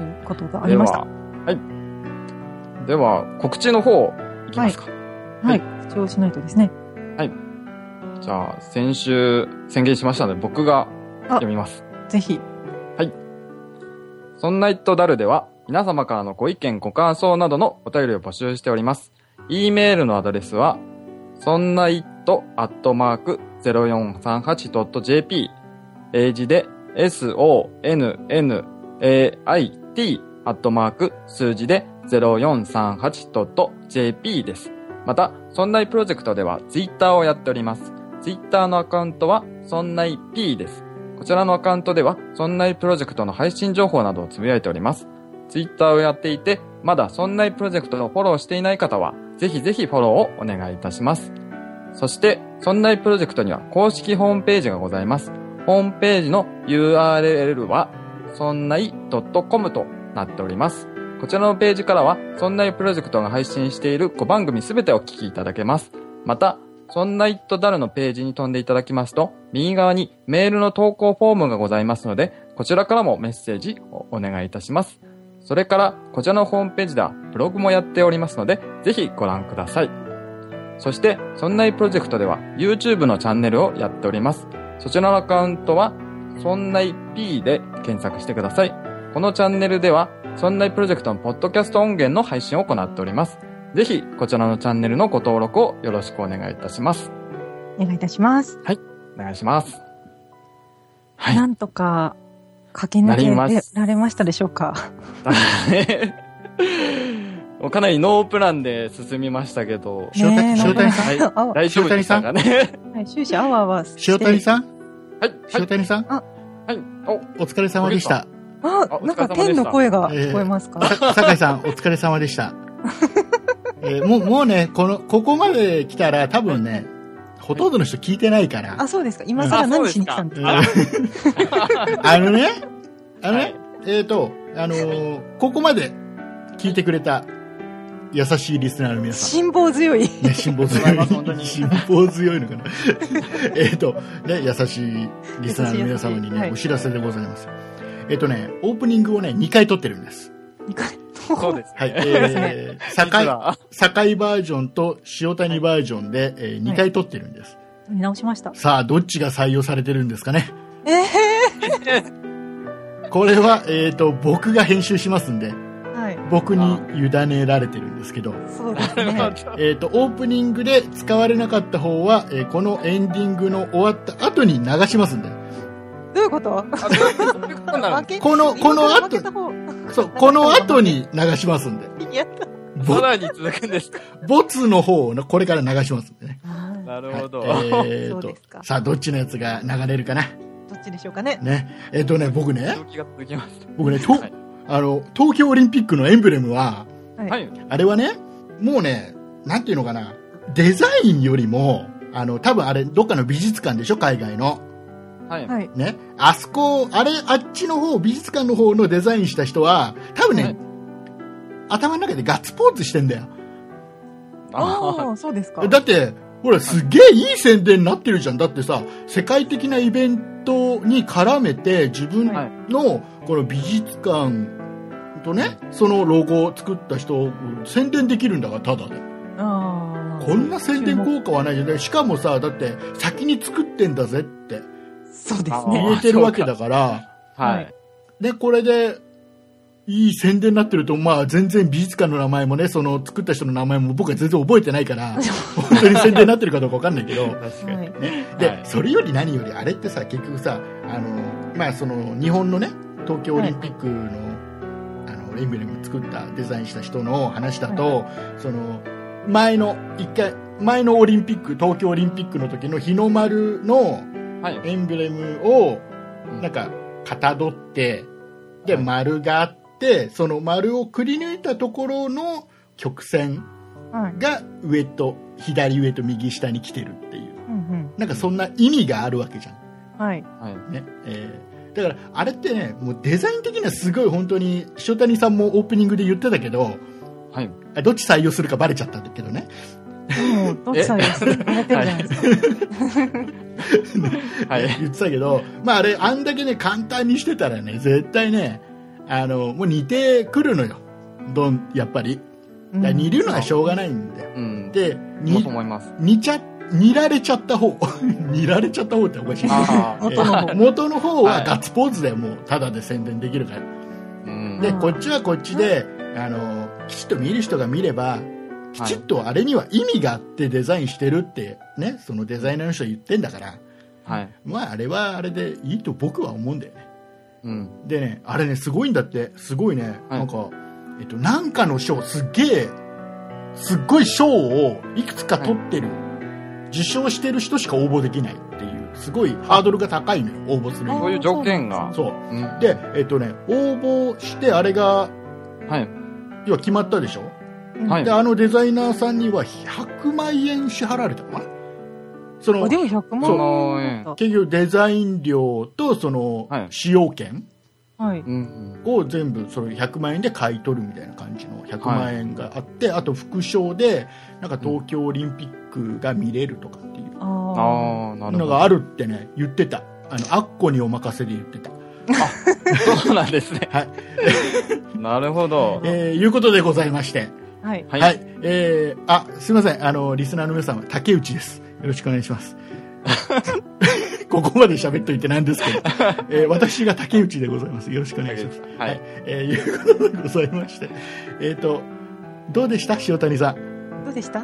C: いうことがあ
B: で
C: り
B: は
C: ました。
B: はい。では、告知の方、いきますか。
C: はい。口をしないとですね。
B: じゃあ、先週宣言しましたので、僕が
C: あ
B: 読みます。
C: ぜひ。
B: そんな一途ダルでは、皆様からのご意見、ご感想などのお便りを募集しております。e メールのアドレスは、そんな一途アットマーク 0438.jp、英字で sonnait アットマーク数字で 0438.jp です。また、そんないプロジェクトではツイッターをやっております。ツイッターのアカウントは、そんない P です。こちらのアカウントでは、そんないプロジェクトの配信情報などをつぶやいております。ツイッターをやっていて、まだそんないプロジェクトをフォローしていない方は、ぜひぜひフォローをお願いいたします。そして、そんないプロジェクトには公式ホームページがございます。ホームページの URL は、そんない .com となっております。こちらのページからは、そんないプロジェクトが配信している5番組すべてお聞きいただけます。また、そんな It ダルのページに飛んでいただきますと、右側にメールの投稿フォームがございますので、こちらからもメッセージをお願いいたします。それから、こちらのホームページではブログもやっておりますので、ぜひご覧ください。そして、そんないプロジェクトでは YouTube のチャンネルをやっております。そちらのアカウントは、そんない P で検索してください。このチャンネルでは、そんないプロジェクトのポッドキャスト音源の配信を行っております。ぜひ、こちらのチャンネルのご登録をよろしくお願いいたします。
C: お願いいたします。
B: お願いします。はい
C: なんとか駆け抜
B: なりま
C: け
B: す
C: られましたでしょうか。
B: もうかなりノープランで進みましたけど。
C: ねえ
B: は
C: 塩
B: い、
C: 谷
B: はい
C: あわ、
B: 大丈夫でしたかね。
C: はい、終始あわあわして。
D: 塩谷さん
B: はい、はい
D: 塩、谷さん、
B: はい。 お、
D: お疲れ様でした。
C: あ
B: お疲れ様でした
C: なんか天の声が聞こえますか、
D: さ酒井さん、お疲れ様でした。えーもう、もうね、この、ここまで来たら多分ね、ほとんどの人聞いてないから。
C: あ、そうですか。今更
B: あそう
C: 何
B: ですか
C: しに来たんですか
D: ああのね、あの
B: は
D: ね、
B: い
D: えっ、と、あのーここまで聞いてくれた優しいリスナーの皆さ
C: 辛抱強い。
D: ん。ね、辛抱
B: ありがとうござい
D: 強
B: ま
D: い。
B: す
D: 辛抱強いのかな。えっと、ね、優しいリスナーの皆様に
C: 優しい優しいは
D: ね、
C: い
D: お知らせでございます。えっ、とね、オープニングをね、2回撮ってるんです。
B: そうです。
D: はい。
C: すね
D: えー、
B: 実
D: 堺、
B: は
D: 堺バージョンと塩谷バージョンで、え2回撮ってるんです。
C: 見直しました。
D: さあ、どっちが採用されてるんですかね。
C: ええ
D: これは、えっ、と、僕が編集しますんで、
C: ーはい。
D: 僕に委ねられてるんですけど、
C: そうです
B: なるほ
C: ね。
B: ど
D: えっ、と、オープニングで使われなかった方は、えーこのエンディングの終わった後に流しますんで、
C: どういうこと
B: あそういうことなん
C: 負
B: で
C: け
D: このこの後
C: 負けた方
D: そう、この後に流しますんで、
C: やった。
B: す
D: ぼ
B: さらに続くんですか
D: ボツの方をこれから流しますんでね。
C: ど
B: なるほど。
D: はいえっ、
C: そう
D: と
C: ですか、
D: さあ、どっちのやつが流れるかな。
C: っちでしょうかね。
D: ね。えっ、とね、僕ね、
B: 動きが続きます。
D: 僕ね、と
B: はい
D: あの、東京オリンピックのエンブレムは、
C: はい。
B: はい。
D: あれはね、もうね、なんていうのかな、デザインよりも、あの、多分あれ、どっかの美術館でしょ、海外の。
B: はい。
C: はい
D: ね。あそこ、あれ、あっちの方、美術館の方のデザインした人は、多分ね、
B: はい
D: 頭の中でガッツポーズしてんだよ。
B: あ
C: ああ、そうですか。
D: だって、ほら、すげえいい宣伝になってるじゃん。だってさ、世界的なイベントに絡めて、自分
B: はい
D: の、この美術館とね、そのロゴを作った人を宣伝できるんだから、ただで。
C: ああ。
D: こんな宣伝
C: 注目
D: 効果はないじゃない。しかもさ、だって、先に作ってんだぜって
C: そうです
B: あ
C: ね。
D: 言えてるわけだから、
B: あ。はい。
D: ね、これで、いい宣伝になってると、まあ、全然美術館の名前もね、その作った人の名前も僕は全然覚えてないから、本当に宣伝になってるかどうかわかんないけど、
B: 確か
C: は
B: に。
C: い。
D: で、
B: はい
D: それより何よりあれってさ結局さあの、まあ、その日本のね東京オリンピックの,、あのエンブレム作ったデザインした人の話だと、その前の一回前のオリンピック東京オリンピックの時の日の丸の
B: はい。
D: エンブレムを
B: うん
D: なんかかたどってで
B: はい
D: 丸があってその丸をくり抜いたところの曲線
C: はい。
D: が上と左上と右下に来てるっていう
C: うん
D: なんかそんな意味があるわけじゃん。
C: うん。はい。
B: はい。
D: ねえーだからあれってねもうデザイン的にはすごい本当に塩谷さんもオープニングで言ってたけど
B: はい。
D: あどっち採用するかバレちゃったんだけどね
C: でも、どっちさえ忘れてるじゃないですか。
B: はい。
D: 言ってたけど、まあ、あれあんだけね簡単にしてたらね絶対ねあのもう似てくるのよどんやっぱりだから似るのはしょうがないんだよ、
B: うん。
D: で
B: も
D: に
B: と思います。
D: 似ちゃ似られちゃった方 似られちゃった方っておかしい
B: ああ。
C: 元の方
D: えー元の方
B: は
D: はいガッツポーズでもうただで宣伝できるから
B: うん。
D: で
C: うん
D: こっちはこっちで、あのきちっと見る人が見ればきちっとあれには意味があってデザインしてるって、ね、そのデザイナーの人は言ってんだから、
B: はい。
D: まあ、あれはあれでいいと僕は思うんだよね
B: うん。
D: でねあれねすごいんだってすごいね、
B: はい
D: なんか、えっと、なんかの賞すっげえすっごい賞をいくつか取ってる、受賞してる人しか応募できないっていうすごいハードルが高いのよ応募するに
B: こ
D: は
B: ういう条件が。
D: そう
B: うん。
D: でえっとね応募してあれが
B: はい。
D: 要は決まったでしょ
B: はい
D: で。あのデザイナーさんには100万円支払われたのかなその
C: あでも100
B: そ
C: 万
B: の、え
C: だった。
D: 結局デザイン料とその
B: はい
D: 使用権
C: はい。
B: うんうん
D: を全部それ100万円で買い取るみたいな感じの100万円があって、あと副賞でなんか東京オリンピックが見れるとかっていう
B: あ
C: あ
B: あなるほど
D: のがあるってね言ってたあのアッコにお任せで言ってた、
B: そうなんです ね
D: はい
B: なるほど
D: えーいうことでございまして
C: あ。はい。
B: はい、
D: はい、えーあすいませんあのリスナーの皆さんは竹内ですよろしくお願いします ここまで喋っといてなんです けど、えー私が竹内でございますよろしくお願いします
B: はい
D: えーいうことでございましてえっ、とどうでした塩谷さん
C: どうでした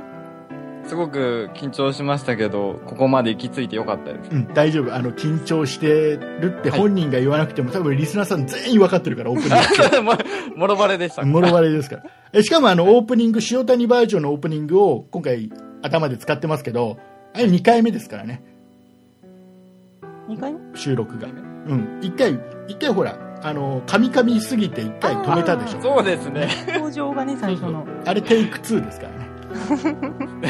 B: すごく緊張しましたけどここまで行き着いてよかったです
D: うん、大丈夫。あの、緊張してるって本人が言わなくても、多分リスナーさん全員分かってるから、オープニン
B: ももろバレでした
D: グ。もろバレですから。えしかも、あの、オープニング、塩谷バージョンのオープニングを今回頭で使ってますけど、あれ2回目ですからね、
C: 二回目
D: 収録が。うん。1回、一回ほら、あの、噛み噛みすぎて1回止めたでしょ。
B: そうですね
C: 登場がね、最初 の。
D: あれテイク2ですからね。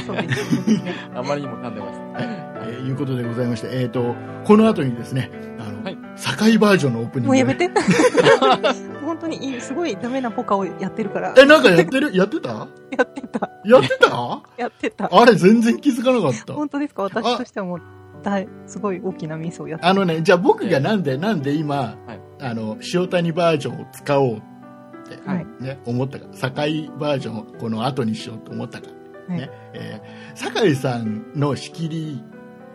C: そうですね。
B: あまりにも噛んでます
D: えーいうことでございまして、えっ、と、この後にですね、あの、
B: はい
D: 堺バージョンのオープニング。
C: もうやめ。 て。本当にいい、すごいダメなポカをやってるから。
D: え、なんかやってるやってた
C: やってた。
D: やって た
C: やってた。
D: あれ全然気づかなかった。
C: 本当ですか私としてはもう、大、すごい大きなミスをやって
D: あのね、じゃあ僕がなんで、なんで今、
B: はい
D: あの、塩谷バージョンを使おうって、
C: はい
D: ね、思ったか、堺バージョンをこの後にしようと思ったか、
C: はい
D: ね、えー堺さんの仕切り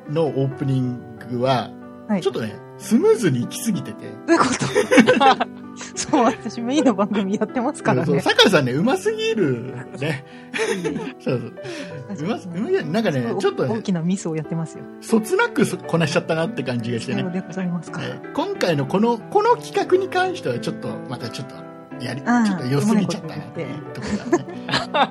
D: のオープニングは、
C: はい
D: ちょっとね、スムーズに行き過ぎてて、
C: どういうこと そう、私メインの番組やってますから
D: そう
C: ね。
D: 堺さんね、うますぎる ね。そうそう。うます、うますぎる。なんかね、ちょっと
C: 大
D: ね、
C: きなミスをやってますよ。
D: そつなくそこなしちゃったなって感じがしてね
C: そう。でございますか。
D: えー今回のこのこの企画に関してはちょっとまたちょっとやりち
C: あー
D: ょっと良すぎちゃったなって
C: うまいこ
D: ところだね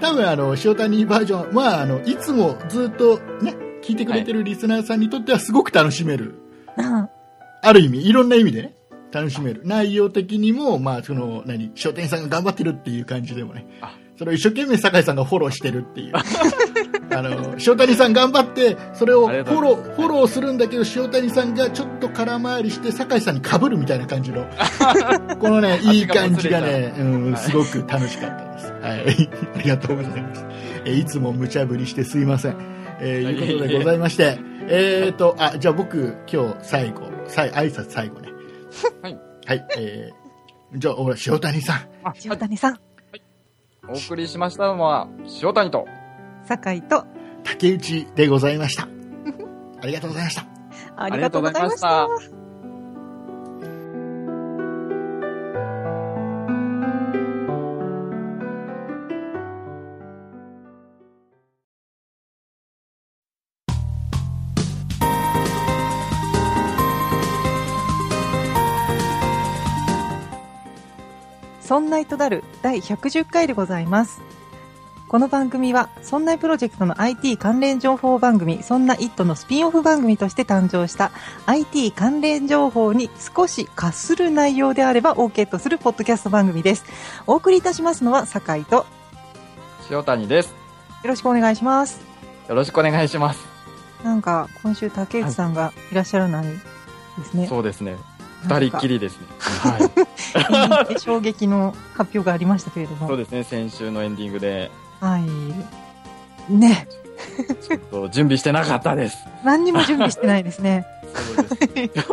D: 多分あの塩谷バージョンはあのいつもずっとね聞いてくれてるリスナーさんにとってはすごく楽しめる、
C: あ
D: ある意味いろんな意味でね楽しめる内容的にもまあその何塩谷さんが頑張ってるっていう感じでもね
B: あ
D: それを一生懸命酒井さんがフォローしてるっていうあの塩谷さん頑張ってそれをフ
B: ありがとう
D: ォ
B: ご
D: ロ
B: ざい
D: ーフォローするんだけど塩谷さんがちょっと空回りして酒井さんにかぶるみたいな感じのこの ねいい感じがね、うん、
B: はい
D: すごく楽しかったです、はい、ありがとうございますえいつも無茶ぶりしてすいませんえー、いうことでございま して、えっと、あ、じゃあ僕、今日最後、最挨拶最後ね。
B: はい。
D: はい、えー、じゃあ、俺、塩谷さん。
C: あ、塩谷さん、
B: お送りしましたのは塩谷と
C: 酒井と、
D: 竹内でござ いました。ありがとうございました。
C: ありがとうございまし
B: あ
C: た
B: りがとう。ご
C: そんな糸だる第110回でございます。この番組は、そんなプロジェクトの IT 関連情報番組、そんな IT のスピンオフ番組として誕生した、IT 関連情報に少しかする内容であれば OK とするポッドキャスト番組です。お送りいたしますのは、酒井と、よ
B: 塩谷です
C: ろしくお願いします。
B: よろしくお願いします
C: なんか、今週竹内さんがいらっしゃらないですね。
B: そうですね
C: な
B: 二
C: ん
B: 人
C: か
B: っきりですねはい
C: えー衝撃の発表がありましたけれど
B: そう
C: も。
B: ですね先週のエンディングで
C: はい。ね、
B: ちょっと準備してなかったです
C: 何にも準備してないですね。
B: そ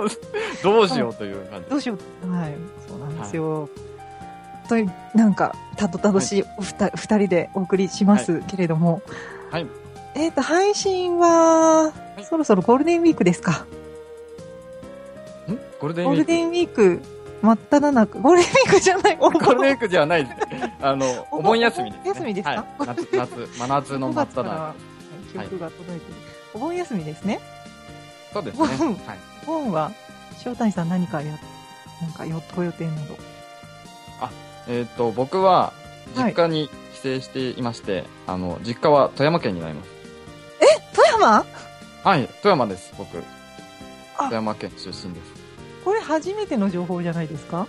B: うです どうしようという感じ
C: どうしよう。はい。そうなんですよ。という、なんか、たどたどしいお二、二人でお送りしますけれども。
B: はい。
C: えっ、と、配信は、
B: い
C: そろそろゴールデンウィークですか。
B: んゴールデンウ
C: ゴー
B: ィ
C: ル
B: ーク
C: デンウィーク、真っ只中、ゴールデンウィークじゃない、お
B: ゴールデンウ
C: ン
B: ィークではないですねあのお
C: お盆
B: 盆休みです、ね、
C: お盆休みですか
B: はい、夏夏真夏の真っ
C: 月 か
B: た
C: ら
B: だ
C: 記憶が届いてる。お盆休みですね。
B: そうですね、
C: お盆
B: はい、
C: お盆は、塩谷さん何かや、なんかよ、ご予定など。
B: えっ、と僕は実家に帰省していまして、あの実家は富山県になります
C: 富山
B: はい富山です僕
C: あ
B: 富山県出身です
C: これ初めての情報じゃないですか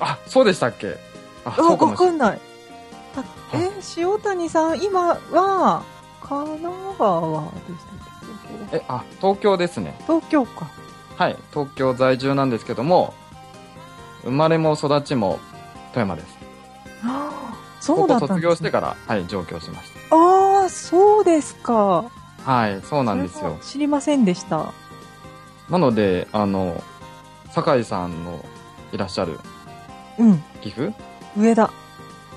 B: あそうでしたっけあ
C: う
B: そ
C: わ、
B: うか
C: わ
B: もしれな
C: か
B: い
C: んない。あえ、塩谷さん、今は、神奈川でしたっけ
B: えあ東京ですね
C: 東京か。
B: はい東京在住なんですけども生まれも育ちも富山です。
C: あーそ
B: 高
C: うだ
B: 校
C: った
B: 卒
C: んです、ね、
B: 業してから、はい、上京しまし
C: ああ、そうですか。
B: た。はい、そうなんです
C: それは
B: よ。
C: 知りませんでした。
B: なので、あの、酒井さんのいらっしゃる
C: うん。
B: 岐阜
C: 上田。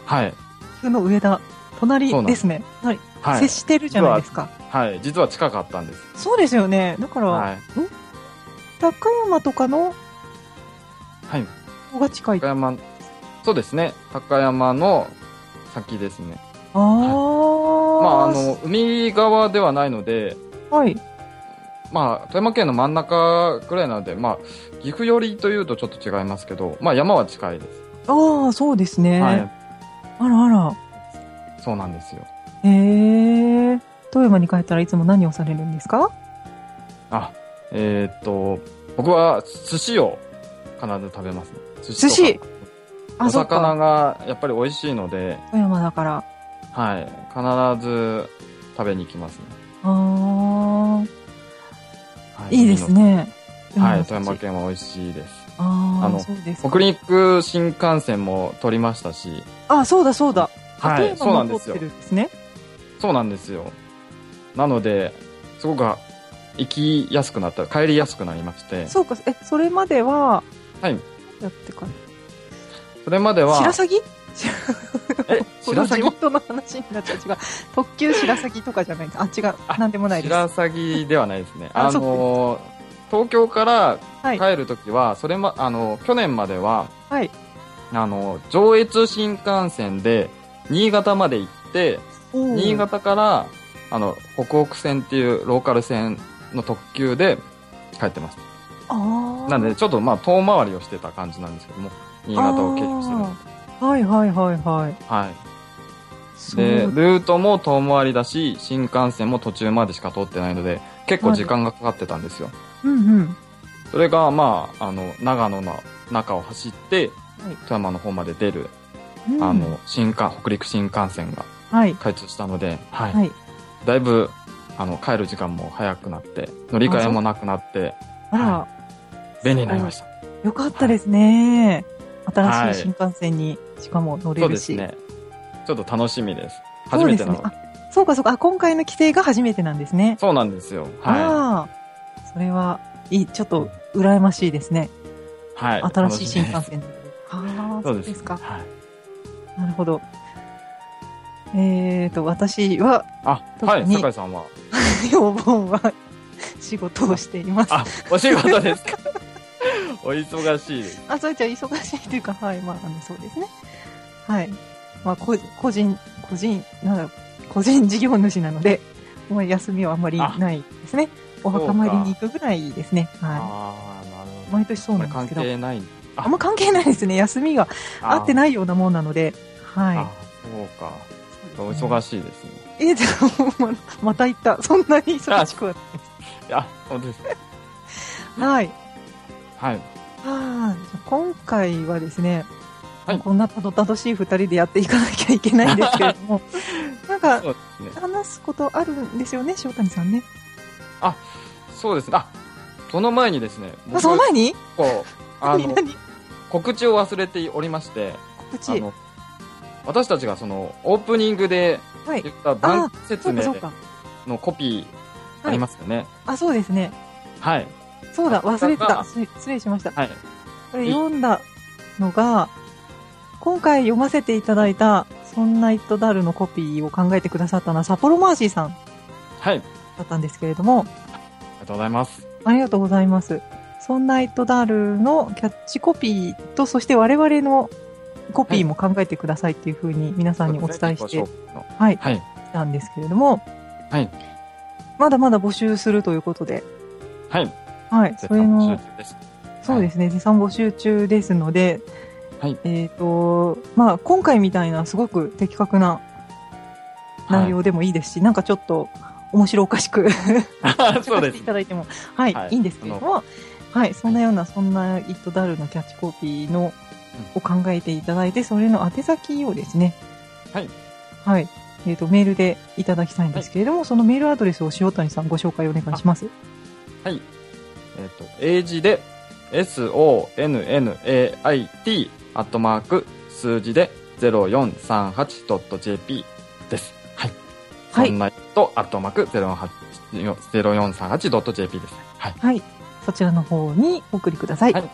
B: はい、
C: 岐阜の上田。隣
B: そうなん
C: で
B: です
C: ね。はい。
B: はい
C: 接、してるじゃないですか。
B: はい、実は近かったんです。
C: そうですよね。だから、
B: はい、
C: 高山とかの
B: はい、
C: 方が近い。
B: 高山、そうですね、高山の先ですね。
C: ああ、
B: まあ、あ
C: す
B: の、海側ではないので、
C: はい。
B: まあ、富山県の真ん中くらいなので、まあ、岐阜寄りというとちょっと違いますけど、まあ、山は近いです。
C: ああ、そうですね。
B: はい。
C: あらあら。
B: そうなんですよ。
C: ええ富山に帰ったらいつも何をされるんですか
B: あ、えーっと、僕は寿司を必ず食べますね。寿
C: 寿司
B: とか
C: あ、
B: お
C: そっか
B: 魚。がやっぱり美味しいので、
C: 富山だから。
B: はい。必ず食べに行きますね。
C: ああ、
B: はい
C: いです。ね。
B: はい。富
C: 富山
B: 山
C: の土地
B: 県は美味しいです。
C: あ
B: あ
C: あ、
B: の
C: そうですか。
B: 北陸新幹線も取りましたし、
C: あ、そうだそうだ。あ
B: はい。
C: 富
B: そう
C: 山
B: なん
C: も
B: で
C: 通
B: す
C: って
B: よ。
C: るんですね。
B: そうなんですよ。なので、すごく行きやすくなった、帰りやすくなりまして、
C: そうか、え、それまでは、
B: はい。
C: やってか、
B: それまでは、
C: 白鷺
B: え、
C: 白
B: 白
C: 鷺
B: 鷺
C: 地元の話になっちゃう。違う。特急白鷺とかじゃないです。あ、違う。なんでもないです。
B: 白鷺ではないですね。
C: あ
B: あの、東京から
C: はい。
B: 帰るときは、それま、あの、去年までは、
C: はい。
B: あの、上越新幹線で、新潟まで行って、
C: おー
B: 新潟から、あの、北北線っていうローカル線の特急で帰ってます。
C: ああ。
B: なんで、ちょっとまあ、遠回りをしてた感じなんですけども、新潟を経由してるんで
C: あーはいはいはいはい。
B: はい。
C: そう
B: で、ルートも遠回りだし、新幹線も途中までしか通ってないので、結構時間がかかってたんですよ。
C: うんうん。
B: それが、まあ、あの、長野の中を走って、
C: はい
B: 富山の方まで出る、
C: うん
B: あ、の、新幹、北陸新幹線が
C: はい。
B: 開通したので、はい。
C: はい。
B: だいぶ、あの、帰る時間も早くなって、乗り換えもなくなって、
C: あら、
B: は便利になりました。
C: よかったですね。新しい
B: は
C: 新幹線に、しかも乗れ
B: そうで
C: る
B: す
C: し。
B: ね。ちょっと楽しみです。初
C: そう
B: め
C: で
B: て
C: す
B: な
C: ね
B: の。。
C: あ、そうかそうか。あ今回の規制が初めてなんですね。
B: そうなんですよ。は
C: ああ、それは、いい、ちょっと、羨ましいですね。
B: い。はい。
C: 新しい新幹
B: 楽み
C: 線。ああ、
B: です。そ
C: そうう
B: です
C: ですか。
B: はい。
C: なるほど。えーと、私は、
B: あ、
C: 特
B: はい。
C: に
B: 酒井さんは
C: お盆は、仕事をしています。
B: あ、お仕事ですかお忙しいです。
C: あ、それじゃあ忙しいというか、はい、まあ、あのそうですね。はい。まあ、こ個人、個人、なんだろう、個人事業主なので、もう休みはあんまりないですね。お
B: うか
C: 墓参りに行くぐらいですね。は
B: ああ、なる
C: い。
B: ほど。
C: 毎年そう
B: こ
C: な
B: れ
C: んで
B: 関
C: すけど。
B: 係ない。
C: あんま関係ないですね。休みが合って
B: い。
C: ないようなもんなので。はい。
B: あそうか。お忙しいですね。
C: い。え、じゃあ、ままた行った。 そんなに忙しくはない
B: あ、そうです。
C: はい。
B: はい。
C: はあ、じゃあ今回はですね、
B: はい
C: こんなたどたどしい二人でやっていかなきゃいけないんですけれど も、なんか、
B: そうですね。
C: 話すことあるんですよね、塩谷さんね。
B: そうですね。あ、その前にですね、
C: あ、その前に
B: こう、あ
C: 何
B: の、
C: 何
B: 告知を忘れておりまして、
C: 告 知
B: あ。の、私たちがその、オープニングで
C: はい。
B: 言った番
C: そ
B: 説
C: うか、
B: 明
C: そうか。
B: のコピーありますよね。
C: あ、そうですね。
B: はい。
C: そうだ、忘れてた。
B: あ
C: 失礼失礼しました。
B: はい。
C: これ読んだのが、今回読ませていただいた、そんなイットダルのコピーを考えてくださったのは、札幌マーシーさん
B: はい。あり
C: だったんですけれども、
B: がとうございます。
C: ありがとうございます。そんなイットダールのキャッチコピーと、そして我々のコピーも考えてくださいっていうふうに皆さんにお伝えして
B: ご紹
C: き
B: 介の
C: はい
B: はい。
C: たんですけれども、
B: はい。
C: まだまだ募集するということで、
B: はい。
C: はい、それの、
B: です。
C: そうですね、絶賛募集中ですので、
B: はい
C: えっ、と、まあ、今回みたいなすごく的確な内容でもいいですし、なんかちょっと面白おかしく
B: はい。 そうで
C: してい
B: す。
C: ただいても、 はい、
B: はい
C: い、いんですけれども、はい、そんなような、そんな「イットダルのキャッチコピーの、を考えていただいて、それの宛先をですね、
B: はい。
C: はい、えっ、と、メールでいただきたいんですけれども、そのメールアドレスを塩谷さんご紹介お願いします。
B: はい。えっ、と、英字で、 sonnait アットマーク数字で 0438.jp です。はい。
C: はい
B: そんなとアットマーク08 0438.jp です。はい。
C: はい。そちらの方にお送りください。
B: はい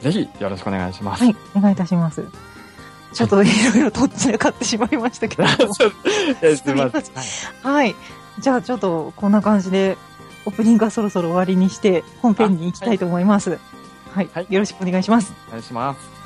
B: ぜひよろしくお願いします。
C: はい、お願いいたします。ちょっといろいろとっちらかってしまいました けど。
B: いやすみません。はい
C: はい。じゃあちょっとこんな感じで、オープニングはそろそろ終わりにして、本編に行きたいと思います。はい。
B: はい
C: よろしくお願いします。
B: お願いします。